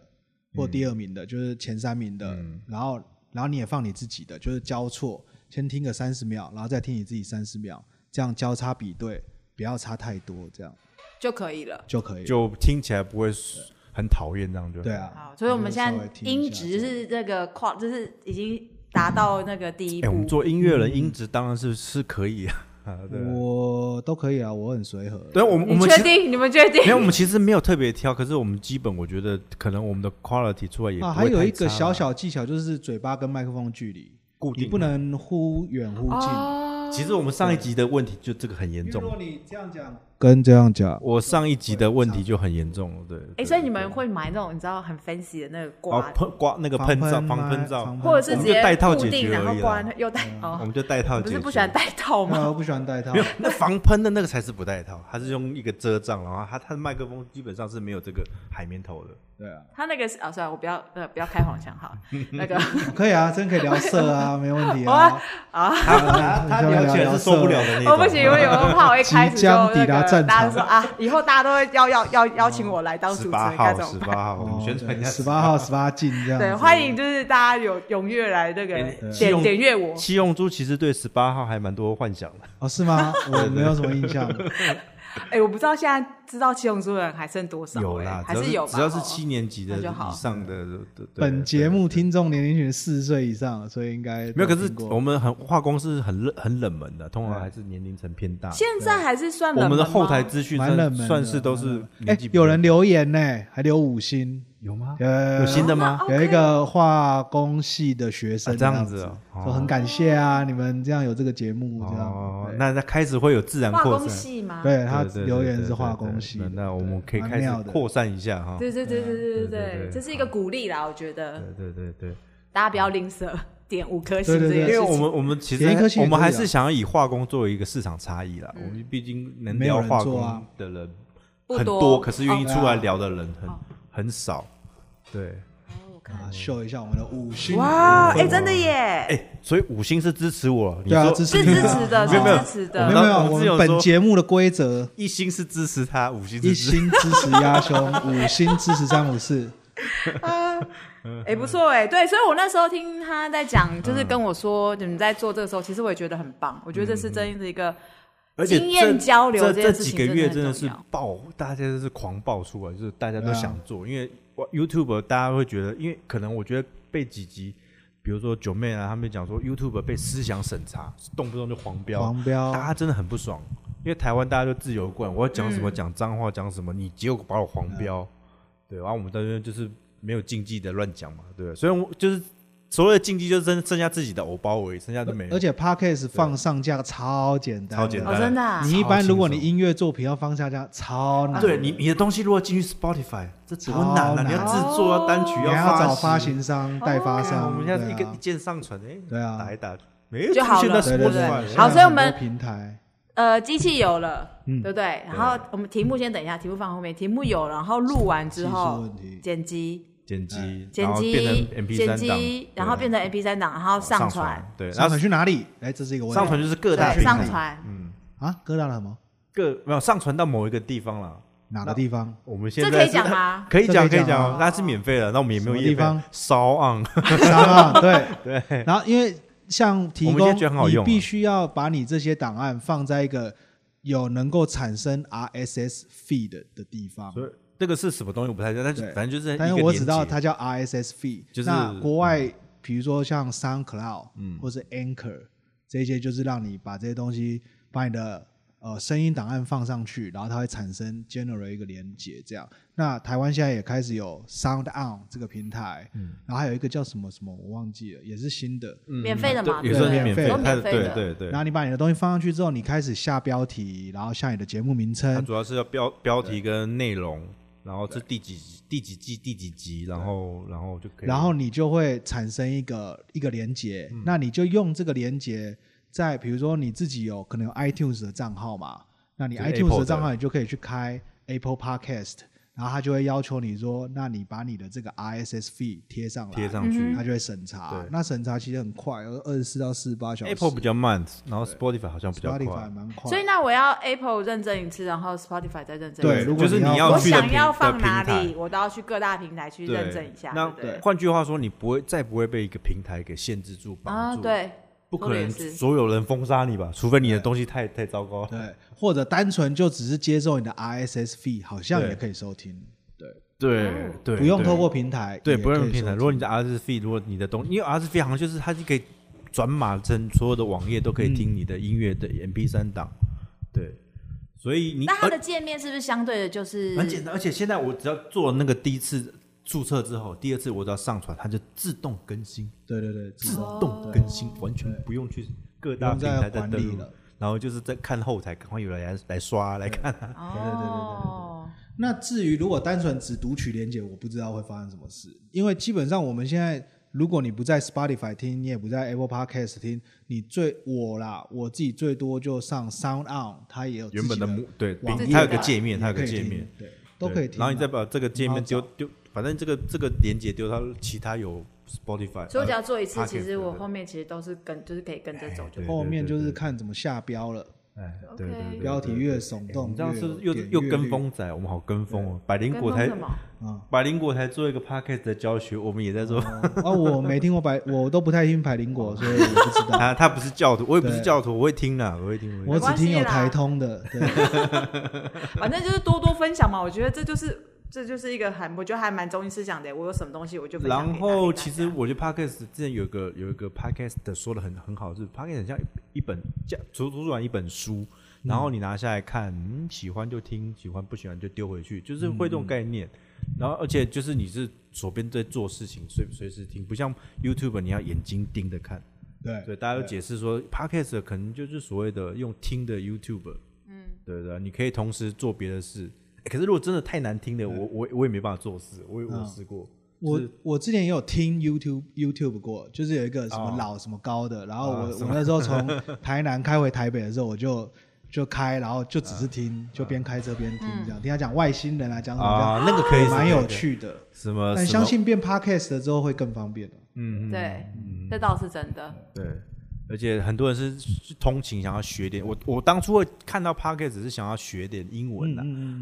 Speaker 1: 或第二名的，就是前三名的，然后然后你也放你自己的，就是交错，先听个三十秒，然后再听你自己三十秒，这样交叉比对，不要差太多，这样
Speaker 3: 就可以了。
Speaker 1: 就可以了。
Speaker 2: 就听起来不会很讨厌这样就
Speaker 1: 对，啊，
Speaker 3: 好，所以我们
Speaker 1: 就
Speaker 3: 现
Speaker 1: 稍
Speaker 3: 在
Speaker 1: 微听一下
Speaker 3: 音质是这个跨，就是已经达到那个第一
Speaker 2: 哎，我
Speaker 3: 步
Speaker 2: 们。做音乐人音质当然是是可以啊， 对
Speaker 1: 嗯
Speaker 2: 啊。
Speaker 1: 我都可以啊，我很随和。
Speaker 2: 对，我们我
Speaker 3: 你
Speaker 2: 们
Speaker 3: 确
Speaker 2: 其实
Speaker 3: 定？你们确 定
Speaker 2: 没？有，我们其实没有特别挑，可是我们基本我觉得可能我们的 quality 出来也
Speaker 1: 啊，
Speaker 2: 不
Speaker 1: 还
Speaker 2: 会
Speaker 1: 有
Speaker 2: 太
Speaker 1: 一个
Speaker 2: 差
Speaker 1: 小
Speaker 2: 啦
Speaker 1: 小技巧就是嘴巴跟麦克风距离
Speaker 2: 固定啊
Speaker 1: 你不
Speaker 2: 的。
Speaker 1: 能忽远忽近。
Speaker 3: 哦，
Speaker 2: 其实我们上一集的问题就这个很严
Speaker 1: 因为如
Speaker 2: 重
Speaker 1: 果，你这样
Speaker 2: 哦
Speaker 1: 讲跟这样讲，
Speaker 2: 我上一集的问题就很严重了，对。
Speaker 3: 哎，所以你们会买那种你知道很 fancy 的那个
Speaker 2: 哦
Speaker 3: 挂，
Speaker 2: 喷刮那个
Speaker 1: 防
Speaker 2: 喷罩
Speaker 1: 喷
Speaker 2: 防
Speaker 1: 麦
Speaker 2: 喷罩
Speaker 1: 防，
Speaker 3: 或者是直接
Speaker 2: 我们就戴套
Speaker 3: 固
Speaker 2: 解决
Speaker 3: 定，然后
Speaker 2: 而已啦嗯
Speaker 3: 挂又戴
Speaker 2: 我
Speaker 3: 哦，
Speaker 2: 们就戴套
Speaker 3: 你
Speaker 2: 解
Speaker 3: 不
Speaker 2: 决。嗯
Speaker 3: 是不喜欢戴套
Speaker 1: 啊，我
Speaker 3: 吗？
Speaker 1: 不喜欢戴套
Speaker 2: 没。有，那防喷的那个才是不戴套，它是用一个遮障，然后它它的麦克风基本上是没有这个海绵 头的。
Speaker 1: 对啊，
Speaker 3: 他那个是啊，算了，我不要呃不要开黄 腔哈，那个
Speaker 1: 可以啊，真可以聊色 啊，没问题
Speaker 3: 哇
Speaker 1: 啊。
Speaker 3: 啊。
Speaker 2: 它它它聊起来是受不了的那种。啊
Speaker 3: 我不行，我有我怕我一开始
Speaker 1: 即
Speaker 3: 就
Speaker 1: 将
Speaker 3: 那
Speaker 1: 抵
Speaker 3: 个
Speaker 1: 达
Speaker 3: 大
Speaker 1: 战场
Speaker 3: 家说啊，以后大家都会邀邀邀邀请我来当主
Speaker 2: 十
Speaker 3: 持
Speaker 2: 八
Speaker 3: 人，
Speaker 2: 号，
Speaker 3: 该怎
Speaker 2: 十
Speaker 3: 么办？
Speaker 2: 八号，我们宣传一下
Speaker 1: 哦十八号、十八禁这样。
Speaker 3: 对，欢。迎就是大家有踊跃来那个
Speaker 2: 点
Speaker 3: 点
Speaker 2: 用
Speaker 3: 点阅我，
Speaker 2: 嗯七龙珠其实对十八号还蛮多幻想的，
Speaker 1: 哦，是 吗？我没有什么印象。
Speaker 3: 哎、我不知道现在知道七龙珠的人还剩多少、哎
Speaker 2: 啦，
Speaker 3: 还
Speaker 2: 只要
Speaker 3: 有吧，
Speaker 2: 只要是
Speaker 3: 哦
Speaker 2: 七年级的
Speaker 3: 那就好
Speaker 2: 以上的，对对
Speaker 1: 本节目
Speaker 2: 对对
Speaker 1: 听众年龄群四十岁以上，所以应该
Speaker 2: 没有，可
Speaker 1: 都
Speaker 2: 是
Speaker 1: 听过
Speaker 2: 我们很化工是很冷很冷门的，通常还是年龄层偏大。
Speaker 3: 现在还是算
Speaker 2: 我
Speaker 3: 冷
Speaker 2: 们
Speaker 3: 门
Speaker 2: 的
Speaker 3: 吗
Speaker 2: 后台资讯
Speaker 1: 蛮冷门的
Speaker 2: 算算是都是
Speaker 1: 哎
Speaker 2: 年纪，比较
Speaker 1: 有人留言呢，还留五星。
Speaker 2: 有吗？
Speaker 1: 呃
Speaker 2: 有，新的吗？
Speaker 1: 有一个化工系的学生
Speaker 2: 啊这样
Speaker 1: 样
Speaker 2: 子哦哦
Speaker 1: 说很感谢啊，你们这样有这个节目这样
Speaker 2: 哦，。那那开始会有自然
Speaker 3: 化
Speaker 2: 扩
Speaker 3: 工
Speaker 2: 散。
Speaker 3: 系吗？
Speaker 1: 对他
Speaker 2: 对对对
Speaker 1: 留言
Speaker 2: 对
Speaker 1: 是
Speaker 2: 对
Speaker 1: 化
Speaker 2: 对
Speaker 1: 工系的，
Speaker 2: 那我们可以
Speaker 1: 蛮
Speaker 2: 开
Speaker 1: 妙
Speaker 2: 始
Speaker 1: 的
Speaker 2: 扩散一下哈。
Speaker 3: 对对对对对对
Speaker 2: 哦对对
Speaker 3: 对，
Speaker 2: 对
Speaker 3: 这是一个鼓励啦，我觉得
Speaker 2: 对对对对，
Speaker 3: 大家不要吝啬，点五颗星
Speaker 1: 对对
Speaker 3: 这
Speaker 1: 对
Speaker 2: 因
Speaker 3: 件事
Speaker 2: 为
Speaker 3: 情。
Speaker 2: 我们我们其实
Speaker 1: 点一颗星
Speaker 2: 我
Speaker 1: 也
Speaker 2: 们
Speaker 1: 可以
Speaker 2: 还
Speaker 1: 啊
Speaker 2: 是想要以化工作为一个市场差异啦。我们毕竟能
Speaker 1: 没有
Speaker 2: 聊
Speaker 1: 人
Speaker 2: 化
Speaker 1: 做
Speaker 2: 工
Speaker 1: 啊
Speaker 2: 的人
Speaker 3: 嗯不
Speaker 2: 很
Speaker 3: 多
Speaker 2: 可是愿意
Speaker 1: 哦
Speaker 2: 出来聊的人很
Speaker 3: 哦
Speaker 2: 很少。对，
Speaker 3: 哦我看
Speaker 1: 啊，秀一下我们的五星。
Speaker 3: 哇，哎、真的耶，
Speaker 2: 哎，所以五星是支持我，你
Speaker 1: 对啊
Speaker 2: 说
Speaker 1: 支
Speaker 3: 是支
Speaker 1: 是
Speaker 3: 持的，
Speaker 2: 没有没有
Speaker 3: 是支持的。
Speaker 1: 没有没有，
Speaker 2: 我们
Speaker 1: 我
Speaker 2: 只有
Speaker 1: 们本
Speaker 2: 说
Speaker 1: 节目的规 则
Speaker 2: 一星是支持他，五星
Speaker 1: 一
Speaker 2: 是支持
Speaker 1: 星支持鸭兄，五星支持詹姆士。
Speaker 3: 哎、不错哎、对，所以我那时候听他在讲，
Speaker 2: 嗯
Speaker 3: 就是跟我说你们在做这个时候，其实我也觉得很棒，我觉得这是真是一个
Speaker 2: 而且
Speaker 3: 经验
Speaker 2: 这
Speaker 3: 交流
Speaker 2: 这
Speaker 3: 这
Speaker 2: 这
Speaker 3: 件事
Speaker 2: 几
Speaker 3: 情
Speaker 2: 个月真
Speaker 3: 真的
Speaker 2: 的
Speaker 3: 很
Speaker 2: 是
Speaker 3: 重要
Speaker 2: 爆，大家都是狂爆出来，就是大家都
Speaker 1: 对啊
Speaker 2: 想做，因为 YouTube 大家会觉得，因为可能我觉得被几集，比如说九妹啊，他们讲说 YouTube 被思想审查，动不动就黄标，
Speaker 1: 黄标
Speaker 2: 大家真的很不爽，因为台湾大家都自由惯，我要讲什么讲脏话讲什么，你结果把我黄标，对，啊然后我们这边就是没有禁忌的乱讲嘛，对，虽然我就是所谓的禁忌就是剩剩下自己的偶包而已，剩下都没有
Speaker 1: 而。且 podcast 放上架超简单，
Speaker 2: 超简单
Speaker 3: 哦，真的、啊，
Speaker 1: 你一般
Speaker 2: 超轻松
Speaker 1: 如果你音乐作品要放下架，超难。
Speaker 2: 对你，你的东西如果进去 Spotify，这多难
Speaker 1: 超
Speaker 2: 啊！
Speaker 1: 难
Speaker 2: 你要制作，要单曲，
Speaker 1: 你还要找
Speaker 2: 发
Speaker 1: 发。行商、代发
Speaker 2: 看
Speaker 1: 商。
Speaker 3: 哦
Speaker 2: 我们现在一个
Speaker 1: 对啊
Speaker 2: 一键上传，哎，
Speaker 1: 对啊
Speaker 2: 打一打，没
Speaker 3: 就好了
Speaker 1: 对对对，
Speaker 3: Spotify
Speaker 2: 哎
Speaker 1: 现在
Speaker 3: 好所以我
Speaker 1: 很多
Speaker 3: 们
Speaker 1: 平台
Speaker 3: 呃，机器有了，
Speaker 1: 嗯
Speaker 3: 对不对？然后我们题目先等一下，题目放后面，题目有了，然后录完之
Speaker 1: 技
Speaker 3: 后
Speaker 1: 术问题
Speaker 3: 剪辑、
Speaker 2: 剪辑，
Speaker 3: 剪
Speaker 2: 然后
Speaker 3: 辑、
Speaker 2: 变成 MP
Speaker 3: 剪
Speaker 2: 三档，
Speaker 3: 辑，然后变成 MP 三档，然后
Speaker 2: 上
Speaker 3: 上传，，
Speaker 2: 对，然
Speaker 1: 上
Speaker 2: 后
Speaker 1: 传去哪里？哎，这是一个问题。
Speaker 2: 上传就是各大平
Speaker 3: 对，上
Speaker 2: 台，
Speaker 3: 传。
Speaker 2: 嗯，
Speaker 1: 啊，割到了什么？
Speaker 2: 各没有上传到某一个地方了。
Speaker 1: 哪个地方？
Speaker 2: 我们现
Speaker 3: 这
Speaker 2: 在
Speaker 3: 可以
Speaker 2: 是
Speaker 3: 讲？吗？
Speaker 2: 可以
Speaker 1: 这可
Speaker 2: 讲，
Speaker 1: 以
Speaker 2: 可以
Speaker 1: 讲
Speaker 2: 讲
Speaker 3: 啊，
Speaker 2: 那是免费的，那我们也没有
Speaker 1: 什么
Speaker 2: 业
Speaker 1: 地
Speaker 2: 费
Speaker 1: 方。
Speaker 2: 烧 on，
Speaker 1: 商啊， 对对。然后因为像提
Speaker 2: 我们现
Speaker 1: 供
Speaker 2: 在觉得很好，
Speaker 1: 你
Speaker 2: 用啊
Speaker 1: 必须要把你这些档案放在一个有能够产生 RSS feed 的地方。
Speaker 2: 所以这个是什么东西我不太知道，但是
Speaker 1: 对
Speaker 2: 反正就是一个
Speaker 1: 但是我
Speaker 2: 连
Speaker 1: 只知道
Speaker 2: 接
Speaker 1: 它叫 RSS feed，
Speaker 2: 就是
Speaker 1: 那国外比如说像 SoundCloud，嗯，或是 Anchor 这些，就是让你把这些东西把你的呃声音档案放上去，然后它会产生 generate 一个连接，这样。那台湾现在也开始有 Sound On 这个平台，嗯，然后还有一个叫什么什么我忘记了，也是新的，
Speaker 3: 免费的嘛，
Speaker 2: 对
Speaker 3: 对
Speaker 2: 也
Speaker 3: 不
Speaker 2: 算
Speaker 3: 对？
Speaker 2: 是
Speaker 1: 对费
Speaker 2: 免费
Speaker 1: 的
Speaker 2: 的，
Speaker 3: 都
Speaker 2: 它
Speaker 3: 免费
Speaker 2: 对
Speaker 3: 的。
Speaker 2: 对嗯对
Speaker 1: 然。后你把你的东西放上去之后，你开始下标题，然后下你的节目名
Speaker 2: 它
Speaker 1: 称，
Speaker 2: 主要是要标标题跟内容，然后是第几集、第几季、第几集，然后然后就可以。
Speaker 1: 然后你就会产生一个一个连接，
Speaker 2: 嗯
Speaker 1: 那你就用这个连接，在比如说你自己有可能有 iTunes 的账号嘛，那你
Speaker 2: 就是 Apple
Speaker 1: iTunes
Speaker 2: 的
Speaker 1: 的账号你就可以去开 Apple Podcast，然后他就会要求你说，那你把你的这个 RSS feed 贴上来，
Speaker 2: 贴上
Speaker 3: 嗯
Speaker 2: 去。
Speaker 1: 他就会审查
Speaker 2: 对。
Speaker 1: 那审查其实很快，二十四到四十八小时。
Speaker 2: Apple 比较慢，然后 Spotify 好像比较
Speaker 1: Spotify 还
Speaker 2: 快。
Speaker 1: 蛮快的，
Speaker 3: 所以那我要 Apple 认证一次，然后 Spotify 再认证一
Speaker 1: 对
Speaker 3: 次。
Speaker 1: 如果
Speaker 2: 就是
Speaker 1: 你要
Speaker 2: 要
Speaker 3: 我
Speaker 2: 去的
Speaker 3: 想
Speaker 2: 平
Speaker 3: 要
Speaker 2: 的
Speaker 3: 放
Speaker 2: 平
Speaker 3: 哪
Speaker 2: 台
Speaker 3: 里，我都要去各大平台去
Speaker 2: 对
Speaker 3: 认证一下，
Speaker 2: 那
Speaker 3: 对不对？
Speaker 2: 换句话说，你不会再不会被一个平台给限制住、绑
Speaker 3: 啊，
Speaker 2: 住。，
Speaker 3: 对，
Speaker 2: 不可
Speaker 3: 说得也
Speaker 2: 能
Speaker 3: 是
Speaker 2: 所有人封杀你吧？除非你的东西太太糟糕。
Speaker 1: 对，或者单纯就只是接受你的 RSS feed，好像也可以收听，对，
Speaker 2: 对
Speaker 3: 哦
Speaker 2: 对，
Speaker 1: 不用
Speaker 2: 对
Speaker 1: 透过平台，
Speaker 2: 对，
Speaker 1: 也
Speaker 2: 不
Speaker 1: 可
Speaker 2: 用
Speaker 1: 以
Speaker 2: 平台。
Speaker 1: 收
Speaker 2: 如果你的 R S feed，如果你的东，因为 R S feed 好像就是它是可以转码成所有的网页都可以听你的音乐的 M P 三档，对，所以你
Speaker 3: 那它
Speaker 2: 而
Speaker 3: 的界面是不是相对的就是
Speaker 2: 很简单，而且现在我只要做那个第一次注册之后，第二次我只要上传，它就自动更新，
Speaker 1: 对对对，自
Speaker 2: 自
Speaker 3: 哦
Speaker 1: 动
Speaker 2: 动更新，完全不用去各大
Speaker 1: 不
Speaker 2: 平
Speaker 1: 用再
Speaker 2: 台再
Speaker 1: 管
Speaker 2: 登
Speaker 1: 理
Speaker 2: 录
Speaker 1: 了，
Speaker 2: 然后就是在看后台，赶快有人来来刷来看啊，
Speaker 3: 哦？
Speaker 1: 那至于如果单纯只读取连接，我不知道会发生什么事，因为基本上我们现在，如果你不在 Spotify 听，你也不在 Apple Podcast 听，你最我啦，我自己最多就上 Sound On，它也有自己
Speaker 2: 原本的目
Speaker 1: 的
Speaker 2: 对，比
Speaker 1: 网
Speaker 3: 页
Speaker 2: 它有个
Speaker 3: 版
Speaker 2: 界面，它有
Speaker 1: 也可
Speaker 2: 个
Speaker 1: 以
Speaker 2: 界
Speaker 1: 听
Speaker 2: 面。，
Speaker 1: 对，都
Speaker 2: 对
Speaker 1: 可以啊听嘛。
Speaker 2: 然后你再把这个界面丢
Speaker 1: 然后
Speaker 2: 丢，反正这个这个连接丢到其他有 Spotify，
Speaker 3: 所以我只要
Speaker 2: 呃
Speaker 3: 做一次，
Speaker 2: Podcast，
Speaker 3: 其实我
Speaker 2: 对
Speaker 3: 后面其实都是跟，就是可以跟着走就
Speaker 2: 对
Speaker 1: 后面就是看怎么下标了，
Speaker 2: 哎，对
Speaker 3: OK
Speaker 2: 对对，
Speaker 1: 标题
Speaker 2: 对
Speaker 1: 越耸
Speaker 2: 我
Speaker 1: 动
Speaker 2: 们，这样是不是又
Speaker 1: 越有
Speaker 2: 又
Speaker 1: 点阅
Speaker 2: 跟
Speaker 1: 率
Speaker 2: 风仔，我们好跟风哦。百灵
Speaker 3: 跟
Speaker 2: 果
Speaker 3: 风
Speaker 2: 才
Speaker 3: 什么？
Speaker 1: 啊。
Speaker 2: 百灵果才做一个 podcast 的教学，我们也在做。
Speaker 1: 哦，我没听过百，我都不太听百灵
Speaker 2: 哦
Speaker 1: 果，所以我不知 道。
Speaker 2: 他他不是教徒，我也不是
Speaker 1: 对
Speaker 2: 教徒，我会听的，我会听。我会
Speaker 1: 我
Speaker 2: 听
Speaker 1: 只听有台通的，对，
Speaker 3: 反正就是多多分享嘛。我觉得这就是这就是一个很，我觉得还蛮中心思想的。我有什么东西我就分享给
Speaker 2: 然
Speaker 3: 大家
Speaker 2: 后其实我觉得 podcast 之前有一个有一个 podcast 的说的很很好，就是 podcast 很像一一本像图图书馆一本书，然后你拿下来看，嗯，喜欢就听，喜欢不喜欢就丢回去，就是会这
Speaker 3: 嗯
Speaker 2: 种概念。然后而且就是你是手边在做事情，随随时听，不像 YouTube 你要眼睛盯着看。
Speaker 1: 对
Speaker 2: 对，大家都解释说 podcast 可能就是所谓的用听的 YouTube，嗯，对不对？你可以同时做别的事。诶可是如果真的太难听的，
Speaker 3: 嗯
Speaker 2: 我我我也没办法做事，我也我试过。
Speaker 1: 我我之前也有听 YouTube YouTube 过，就是有一个什么
Speaker 2: 哦
Speaker 1: 老什么高的，然后我、我那时候从 台南开回台北的时候，我就就开，然后就只
Speaker 2: 嗯
Speaker 1: 是听，就边开车边听这样，听他讲外星人啊，讲什么这样，
Speaker 2: 啊，那个可以
Speaker 1: 蛮有
Speaker 2: 趣。
Speaker 1: 趣的。
Speaker 2: 什么？
Speaker 1: 但
Speaker 2: 呃什
Speaker 1: 相
Speaker 2: 么
Speaker 1: 信变 Podcast 了之后会更方便的。
Speaker 2: 嗯，嗯
Speaker 3: 对，这倒是真的。
Speaker 2: 对，而且很多人是是通勤想要学点，我我当初会看到 p o c k e t 只是想要学点英文
Speaker 1: 嗯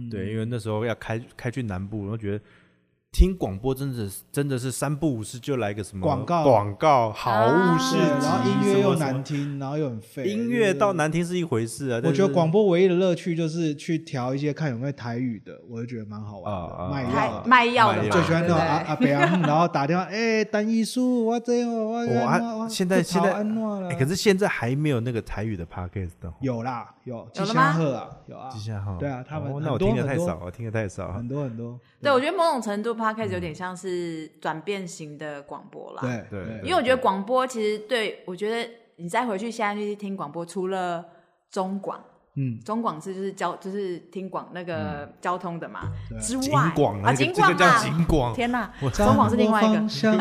Speaker 2: 啦，对，因为那时候要开开去南部，然后觉得。听广播真的是真的是三不五时就来个什么
Speaker 1: 广告
Speaker 2: 广告好
Speaker 3: 啊
Speaker 2: 物市
Speaker 1: 对，
Speaker 2: 集，
Speaker 1: 然后音乐又
Speaker 2: 什么
Speaker 1: 难听，然后又很
Speaker 2: 什么，
Speaker 1: 废。
Speaker 2: 音乐
Speaker 1: 就是
Speaker 2: 到难听是一回事啊。
Speaker 1: 我
Speaker 2: 但
Speaker 1: 觉得
Speaker 2: 是
Speaker 1: 广播唯一的乐趣就是去调一些看有没有台语的，我就觉得蛮好玩
Speaker 2: 啊啊
Speaker 1: 的，卖
Speaker 2: 啊
Speaker 1: 药
Speaker 3: 还
Speaker 1: 的。
Speaker 3: 卖药的
Speaker 2: 卖
Speaker 3: 嘛，
Speaker 2: 药
Speaker 1: 嗯最喜欢那
Speaker 3: 对
Speaker 1: 种
Speaker 3: 不对
Speaker 1: 阿阿伯阿 姆，然后打电话，哎，单艺术，我这样我
Speaker 2: 我啊现在现在
Speaker 1: 安诺了
Speaker 2: 哎，可是现在还没有那个台语的 podcast 的哦，
Speaker 1: 有啦有
Speaker 3: 有
Speaker 1: 吉
Speaker 3: 了
Speaker 1: 祥
Speaker 3: 吗
Speaker 1: 鹤啊有啊
Speaker 2: 记下哈。
Speaker 1: 对啊，他们
Speaker 2: 哦
Speaker 1: 很
Speaker 2: 那我
Speaker 1: 多
Speaker 2: 听的太
Speaker 1: 很多
Speaker 2: 少，我听的太少啊
Speaker 1: 很。多很多，
Speaker 3: 对，
Speaker 2: 嗯
Speaker 3: 我觉得某种程度 podcast 有点像是转变型的广播啦。，
Speaker 1: 对
Speaker 2: 对
Speaker 3: 因为我觉得广播其实对我觉得你再回去现在去听广播，除了中广，
Speaker 1: 嗯
Speaker 3: 中广是就是交就是听广那个交通的嘛、
Speaker 1: 对
Speaker 3: 之
Speaker 2: 嗯景
Speaker 3: 外
Speaker 2: 广
Speaker 3: 啊，
Speaker 2: 这
Speaker 3: 景
Speaker 2: 个
Speaker 3: 广
Speaker 2: 这个叫
Speaker 3: 啊，
Speaker 2: 景广，
Speaker 3: 天哪，
Speaker 1: 张
Speaker 3: 中广是另外一
Speaker 1: 国
Speaker 3: 个
Speaker 1: 芳香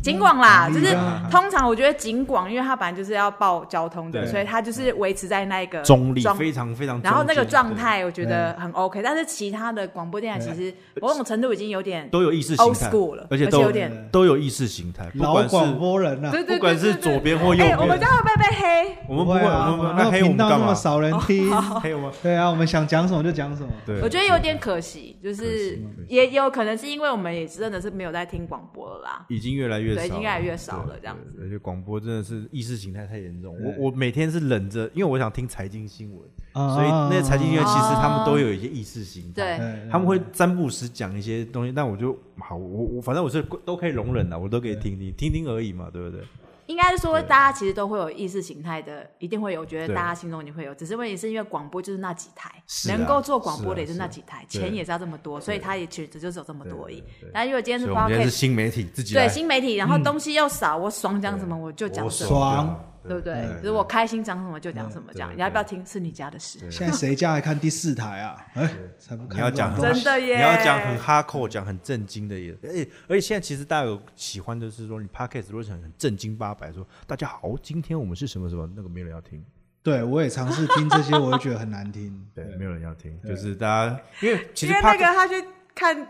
Speaker 3: 景广啦，
Speaker 1: 嗯
Speaker 3: 就是
Speaker 1: 嗯
Speaker 3: 通常我觉得景广，因为它本来就是要报交通的，
Speaker 2: 对
Speaker 3: 所以它就是维持在那一 个
Speaker 2: 中立
Speaker 3: 状
Speaker 2: 非常非常中间，
Speaker 3: 然后那个状
Speaker 2: 对
Speaker 3: 态我觉得很 OK，但是其他的广播电台其实某种程度已经有点
Speaker 2: 都有意识形
Speaker 3: old
Speaker 2: 态
Speaker 3: school 了，
Speaker 2: 而且都
Speaker 3: 有点
Speaker 2: 都有意识形态，不
Speaker 1: 老
Speaker 2: 管
Speaker 1: 广
Speaker 2: 是
Speaker 1: 播人啊，
Speaker 3: 对对对，
Speaker 2: 不管是
Speaker 3: 对对对
Speaker 2: 左边或右
Speaker 3: 哎
Speaker 2: 边
Speaker 3: 我们这样会不会被黑？
Speaker 2: 我们不
Speaker 1: 会
Speaker 2: 会，
Speaker 1: 啊，
Speaker 2: 我
Speaker 1: 我
Speaker 2: 们
Speaker 1: 那
Speaker 2: 那
Speaker 1: 个
Speaker 2: 黑我
Speaker 1: 频
Speaker 2: 们
Speaker 1: 道那
Speaker 2: 干
Speaker 1: 么
Speaker 2: 嘛？
Speaker 1: 少人听，
Speaker 3: 哦
Speaker 2: 黑我们
Speaker 1: 对啊，我们想讲什么就讲什么，
Speaker 2: 对，
Speaker 3: 我觉得有点可惜，就是
Speaker 2: 可惜
Speaker 3: 也也有可能是因为我们也真的是没有在听广播了啦。
Speaker 2: 已经越来越少了，
Speaker 3: 对已经越来越少了
Speaker 2: 对
Speaker 3: 这样子
Speaker 2: 对而且广播真的是意识形态太严重，
Speaker 1: 对
Speaker 2: 我我每天是忍着，因为我想听财经新闻，
Speaker 1: 啊
Speaker 2: 所以那些财经新闻其实他们都有一些意识形态，
Speaker 3: 对
Speaker 1: 对
Speaker 2: 他们会占卜时讲一些东西，但我就好，我我反正我是都可以容忍的，我都可以听听听听而已嘛，对不对？
Speaker 3: 应该是说，大家其实都会有意识形态的，一定会有，我觉得
Speaker 2: 对
Speaker 3: 大家心中也会有。只是问题是因为广播就是那几台，
Speaker 2: 是啊
Speaker 3: 能够做广播的也
Speaker 2: 是啊
Speaker 3: 那几台，
Speaker 2: 是啊
Speaker 3: 钱也是要这么多，所以他也选择就是有这么多而已
Speaker 2: 对对对。
Speaker 3: 但如果今天
Speaker 2: 所
Speaker 3: 是
Speaker 2: 以我们现在是
Speaker 3: podcast，
Speaker 2: 新媒体，自己
Speaker 3: 对
Speaker 2: 来
Speaker 3: 新媒体，然后东西又少，我爽讲什么我就讲
Speaker 2: 我
Speaker 3: 什
Speaker 2: 爽
Speaker 3: 么，
Speaker 2: 就好
Speaker 1: 爽
Speaker 3: 对不对？就是
Speaker 2: 对
Speaker 3: 我开心讲什么就讲什么，这样
Speaker 2: 对
Speaker 3: 你要不要听是你家的事。
Speaker 1: 现在谁家还看第四台啊？哎，才不看
Speaker 2: 你要讲
Speaker 1: 这种东
Speaker 2: 很
Speaker 1: 西
Speaker 3: 真的耶
Speaker 2: 你要讲很哈扣，讲很震惊的耶。而且而且现在其实大家有喜欢的是说，你 podcast 如果是很很正经八百说，大家好，今天我们是什么什么，那个没有人要听，
Speaker 1: 对我也尝试听这些，我也觉得很难听，
Speaker 2: 对，没有人要听，就是大家因为其实
Speaker 3: 因为那
Speaker 2: podcast
Speaker 3: 个他去看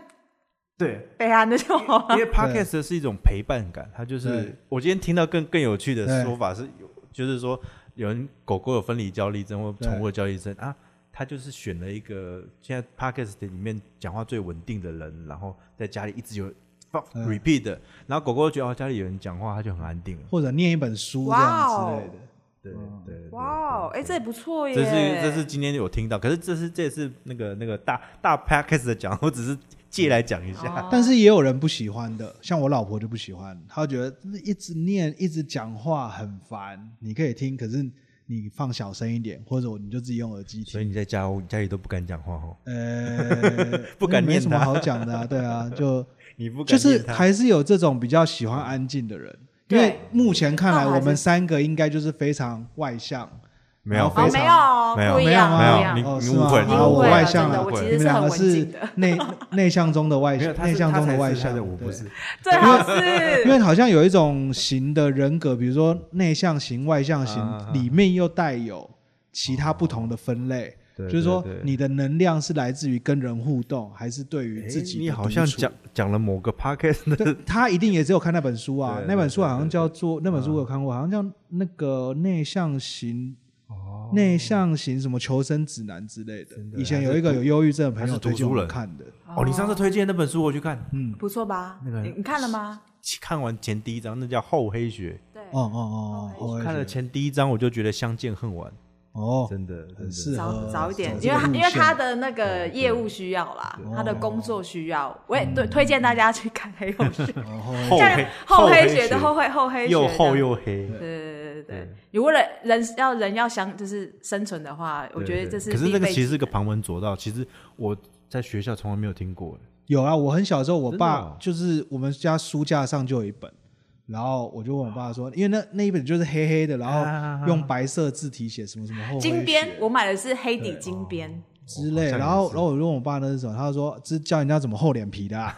Speaker 2: 对，
Speaker 3: 北韩的就好 了。
Speaker 2: 因为 podcast 是一种陪伴感，它就是
Speaker 1: 对
Speaker 2: 我今天听到更更有趣的
Speaker 1: 对
Speaker 2: 说法是有，就是说有人狗狗有分离焦虑症或宠物有焦虑症啊，他就是选了一个现在 podcast 里面讲话最稳定的人，然后在家里一直有放 repeat 的，然后狗狗觉得哦家里有人讲话，它就很安定了。
Speaker 1: 或者念一本书这
Speaker 3: 哦
Speaker 1: 样之类的。哦
Speaker 2: 对对对，
Speaker 3: 哇哦，哎，这也不错耶。
Speaker 2: 这是这是今天有听到，可是这是这也是那个那个大大 podcast 的讲，我只是借来讲一下。
Speaker 3: 哦
Speaker 1: 但是也有人不喜欢的，像我老婆就不喜欢，她觉得一直念、一直讲话很烦。你可以听，可是你放小声一点，或者你就自己用耳机
Speaker 2: 所
Speaker 1: 听。
Speaker 2: 以你在家你家里都不敢讲话哦，，
Speaker 1: 呃
Speaker 2: 不敢念
Speaker 1: 没什么
Speaker 2: 她
Speaker 1: 好讲的啊，对啊， 就
Speaker 2: 你不敢
Speaker 1: 就是
Speaker 2: 念他
Speaker 1: 还是有这种比较喜欢安静的人，因
Speaker 3: 对
Speaker 1: 为目前看来，
Speaker 3: 那还是
Speaker 1: 我们三个应该就是非常外向，
Speaker 2: 没有
Speaker 1: 然后
Speaker 3: 哦
Speaker 1: 非，
Speaker 3: 没
Speaker 1: 常
Speaker 3: 有哦，
Speaker 2: 没有
Speaker 3: 不一
Speaker 1: 没有
Speaker 3: 样，
Speaker 1: 吗？
Speaker 3: 不
Speaker 2: 没
Speaker 3: 一
Speaker 2: 有
Speaker 3: 样。
Speaker 1: 哦
Speaker 2: 你
Speaker 1: 是
Speaker 2: 你误
Speaker 1: 吗
Speaker 2: 会了
Speaker 1: 啊
Speaker 3: 你误
Speaker 1: 我
Speaker 3: 会了
Speaker 1: 外向
Speaker 3: 真的
Speaker 1: 了，
Speaker 3: 我其实
Speaker 1: 你们
Speaker 3: 是
Speaker 1: 两
Speaker 3: 很
Speaker 1: 个
Speaker 3: 文静
Speaker 1: 是
Speaker 3: 的
Speaker 1: 内内向中的外
Speaker 2: 没有，他
Speaker 1: 内
Speaker 2: 是
Speaker 1: 向
Speaker 2: 他
Speaker 1: 中
Speaker 2: 才
Speaker 1: 的
Speaker 2: 是
Speaker 1: 外
Speaker 2: 他
Speaker 1: 向
Speaker 2: 的，我不
Speaker 1: 对
Speaker 2: 是。
Speaker 3: 最好
Speaker 1: 因
Speaker 3: 是
Speaker 1: 为好像有一种型的人格，比如说内向型、外向型，
Speaker 2: 啊啊啊
Speaker 1: 里面又带有其他不同的分类。
Speaker 2: 哦对
Speaker 1: 就是说
Speaker 2: 对对，
Speaker 1: 你的能量是来自于跟人互动，还是对于
Speaker 2: 诶
Speaker 1: 自己的
Speaker 2: 你好
Speaker 1: 独
Speaker 2: 像
Speaker 1: 处
Speaker 2: 讲讲了某个 podcast 的
Speaker 1: 对，他一定也只有看那本书啊
Speaker 2: 对。
Speaker 1: 那本书
Speaker 2: 对对啊
Speaker 1: 好像叫做那本书我有看过，好像叫那个内向型
Speaker 2: 哦
Speaker 1: 内向型什么求生指南之类的
Speaker 2: 真。的
Speaker 1: 以前有一个有忧郁症的朋
Speaker 2: 他
Speaker 1: 友
Speaker 2: 是读
Speaker 1: 推荐
Speaker 2: 书
Speaker 1: 我
Speaker 2: 人
Speaker 1: 看的，
Speaker 2: 哦，你上次推荐那本书我去看，
Speaker 1: 嗯，
Speaker 3: 不错吧？
Speaker 2: 那个
Speaker 3: 你你看了吗？
Speaker 2: 看完前第一章，那叫厚黑学。
Speaker 3: 对，
Speaker 1: 哦哦哦
Speaker 3: 哦
Speaker 1: 哦，
Speaker 2: 看了前第一章我就觉得相见恨晚，
Speaker 1: 哦，
Speaker 2: 真的，真
Speaker 1: 很
Speaker 2: 的
Speaker 1: 适合
Speaker 3: 早早一点，
Speaker 1: 走这
Speaker 3: 因为
Speaker 1: 个
Speaker 3: 他
Speaker 1: 路
Speaker 3: 因为他
Speaker 1: 线
Speaker 3: 的那个业务需要啦
Speaker 1: 对，
Speaker 3: 他的工作需要，我也对推荐大家去看黑后 学，
Speaker 1: 然后
Speaker 2: 厚
Speaker 3: 像
Speaker 2: 黑
Speaker 3: 厚黑
Speaker 2: 学
Speaker 3: 学的厚黑厚黑学
Speaker 2: 又
Speaker 3: 这
Speaker 2: 厚
Speaker 3: 样
Speaker 2: 又黑。
Speaker 3: 对对对对对
Speaker 2: 对，
Speaker 3: 你为了人要人要相就是生存的话，我觉得这
Speaker 2: 对
Speaker 3: 是
Speaker 2: 可是
Speaker 3: 必
Speaker 2: 那个
Speaker 3: 备
Speaker 2: 其实
Speaker 3: 技
Speaker 2: 是个旁门左道，其实我在学校从来没有听过。
Speaker 1: 有啊，我很小的时候，我
Speaker 2: 真的哦
Speaker 1: 爸就是我们家书架上就有一本，然后我就问我爸说，因为那那一本就是黑黑的，然后用白色字体写什么什么后
Speaker 3: 能金边，我
Speaker 1: 我
Speaker 3: 买的是黑底金边，
Speaker 1: 之类，
Speaker 2: 哦好像也是
Speaker 1: 然后然后我就问我爸那是什么，他就说这教人家怎么厚脸皮的、啊，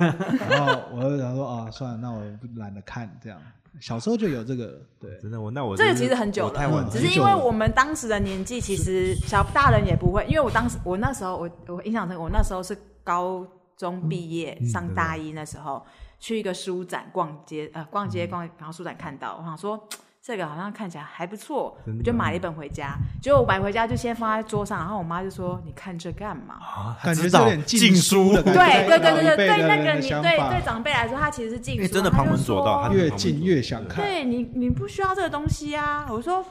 Speaker 1: 然后我就想说啊，算了，那我不懒得看这样，小时候就有这个，对，
Speaker 2: 真的，我那我
Speaker 3: 这个
Speaker 2: 真是
Speaker 3: 其实很久
Speaker 2: 我太晚
Speaker 1: 了
Speaker 3: 了，只
Speaker 1: 很
Speaker 3: 是因
Speaker 1: 久
Speaker 3: 为
Speaker 1: 了
Speaker 3: 我们当时的年纪，其实小大人也不会，因为我当时我那时候我我印象中我那时候是高中毕业、
Speaker 2: 嗯
Speaker 3: 上大一那时候去一个书展逛街，呃，逛街逛，
Speaker 2: 嗯
Speaker 3: 然后书展看到，我想说。这个好像看起来还不错，
Speaker 2: 真的
Speaker 3: 我就买了一本回家。结果我买回家就先放在桌上，然后我妈就说：“你看这干 嘛？”
Speaker 2: 啊，
Speaker 1: 感觉
Speaker 2: 知
Speaker 1: 是有
Speaker 2: 道
Speaker 1: 点
Speaker 2: 禁
Speaker 1: 书的感
Speaker 3: 对
Speaker 1: 觉，
Speaker 3: 对
Speaker 1: 老
Speaker 3: 对对
Speaker 1: 一辈的
Speaker 3: 对，那
Speaker 1: 人
Speaker 3: 个
Speaker 1: 的
Speaker 3: 你
Speaker 1: 想
Speaker 3: 对
Speaker 1: 法
Speaker 3: 对长辈来说，他其实是禁
Speaker 2: 因为
Speaker 3: 书
Speaker 2: 真的
Speaker 3: 他就
Speaker 2: 旁门左道
Speaker 3: 说
Speaker 2: 他
Speaker 1: 越近越想看，
Speaker 3: 对你，你不需要这个东西啊。我说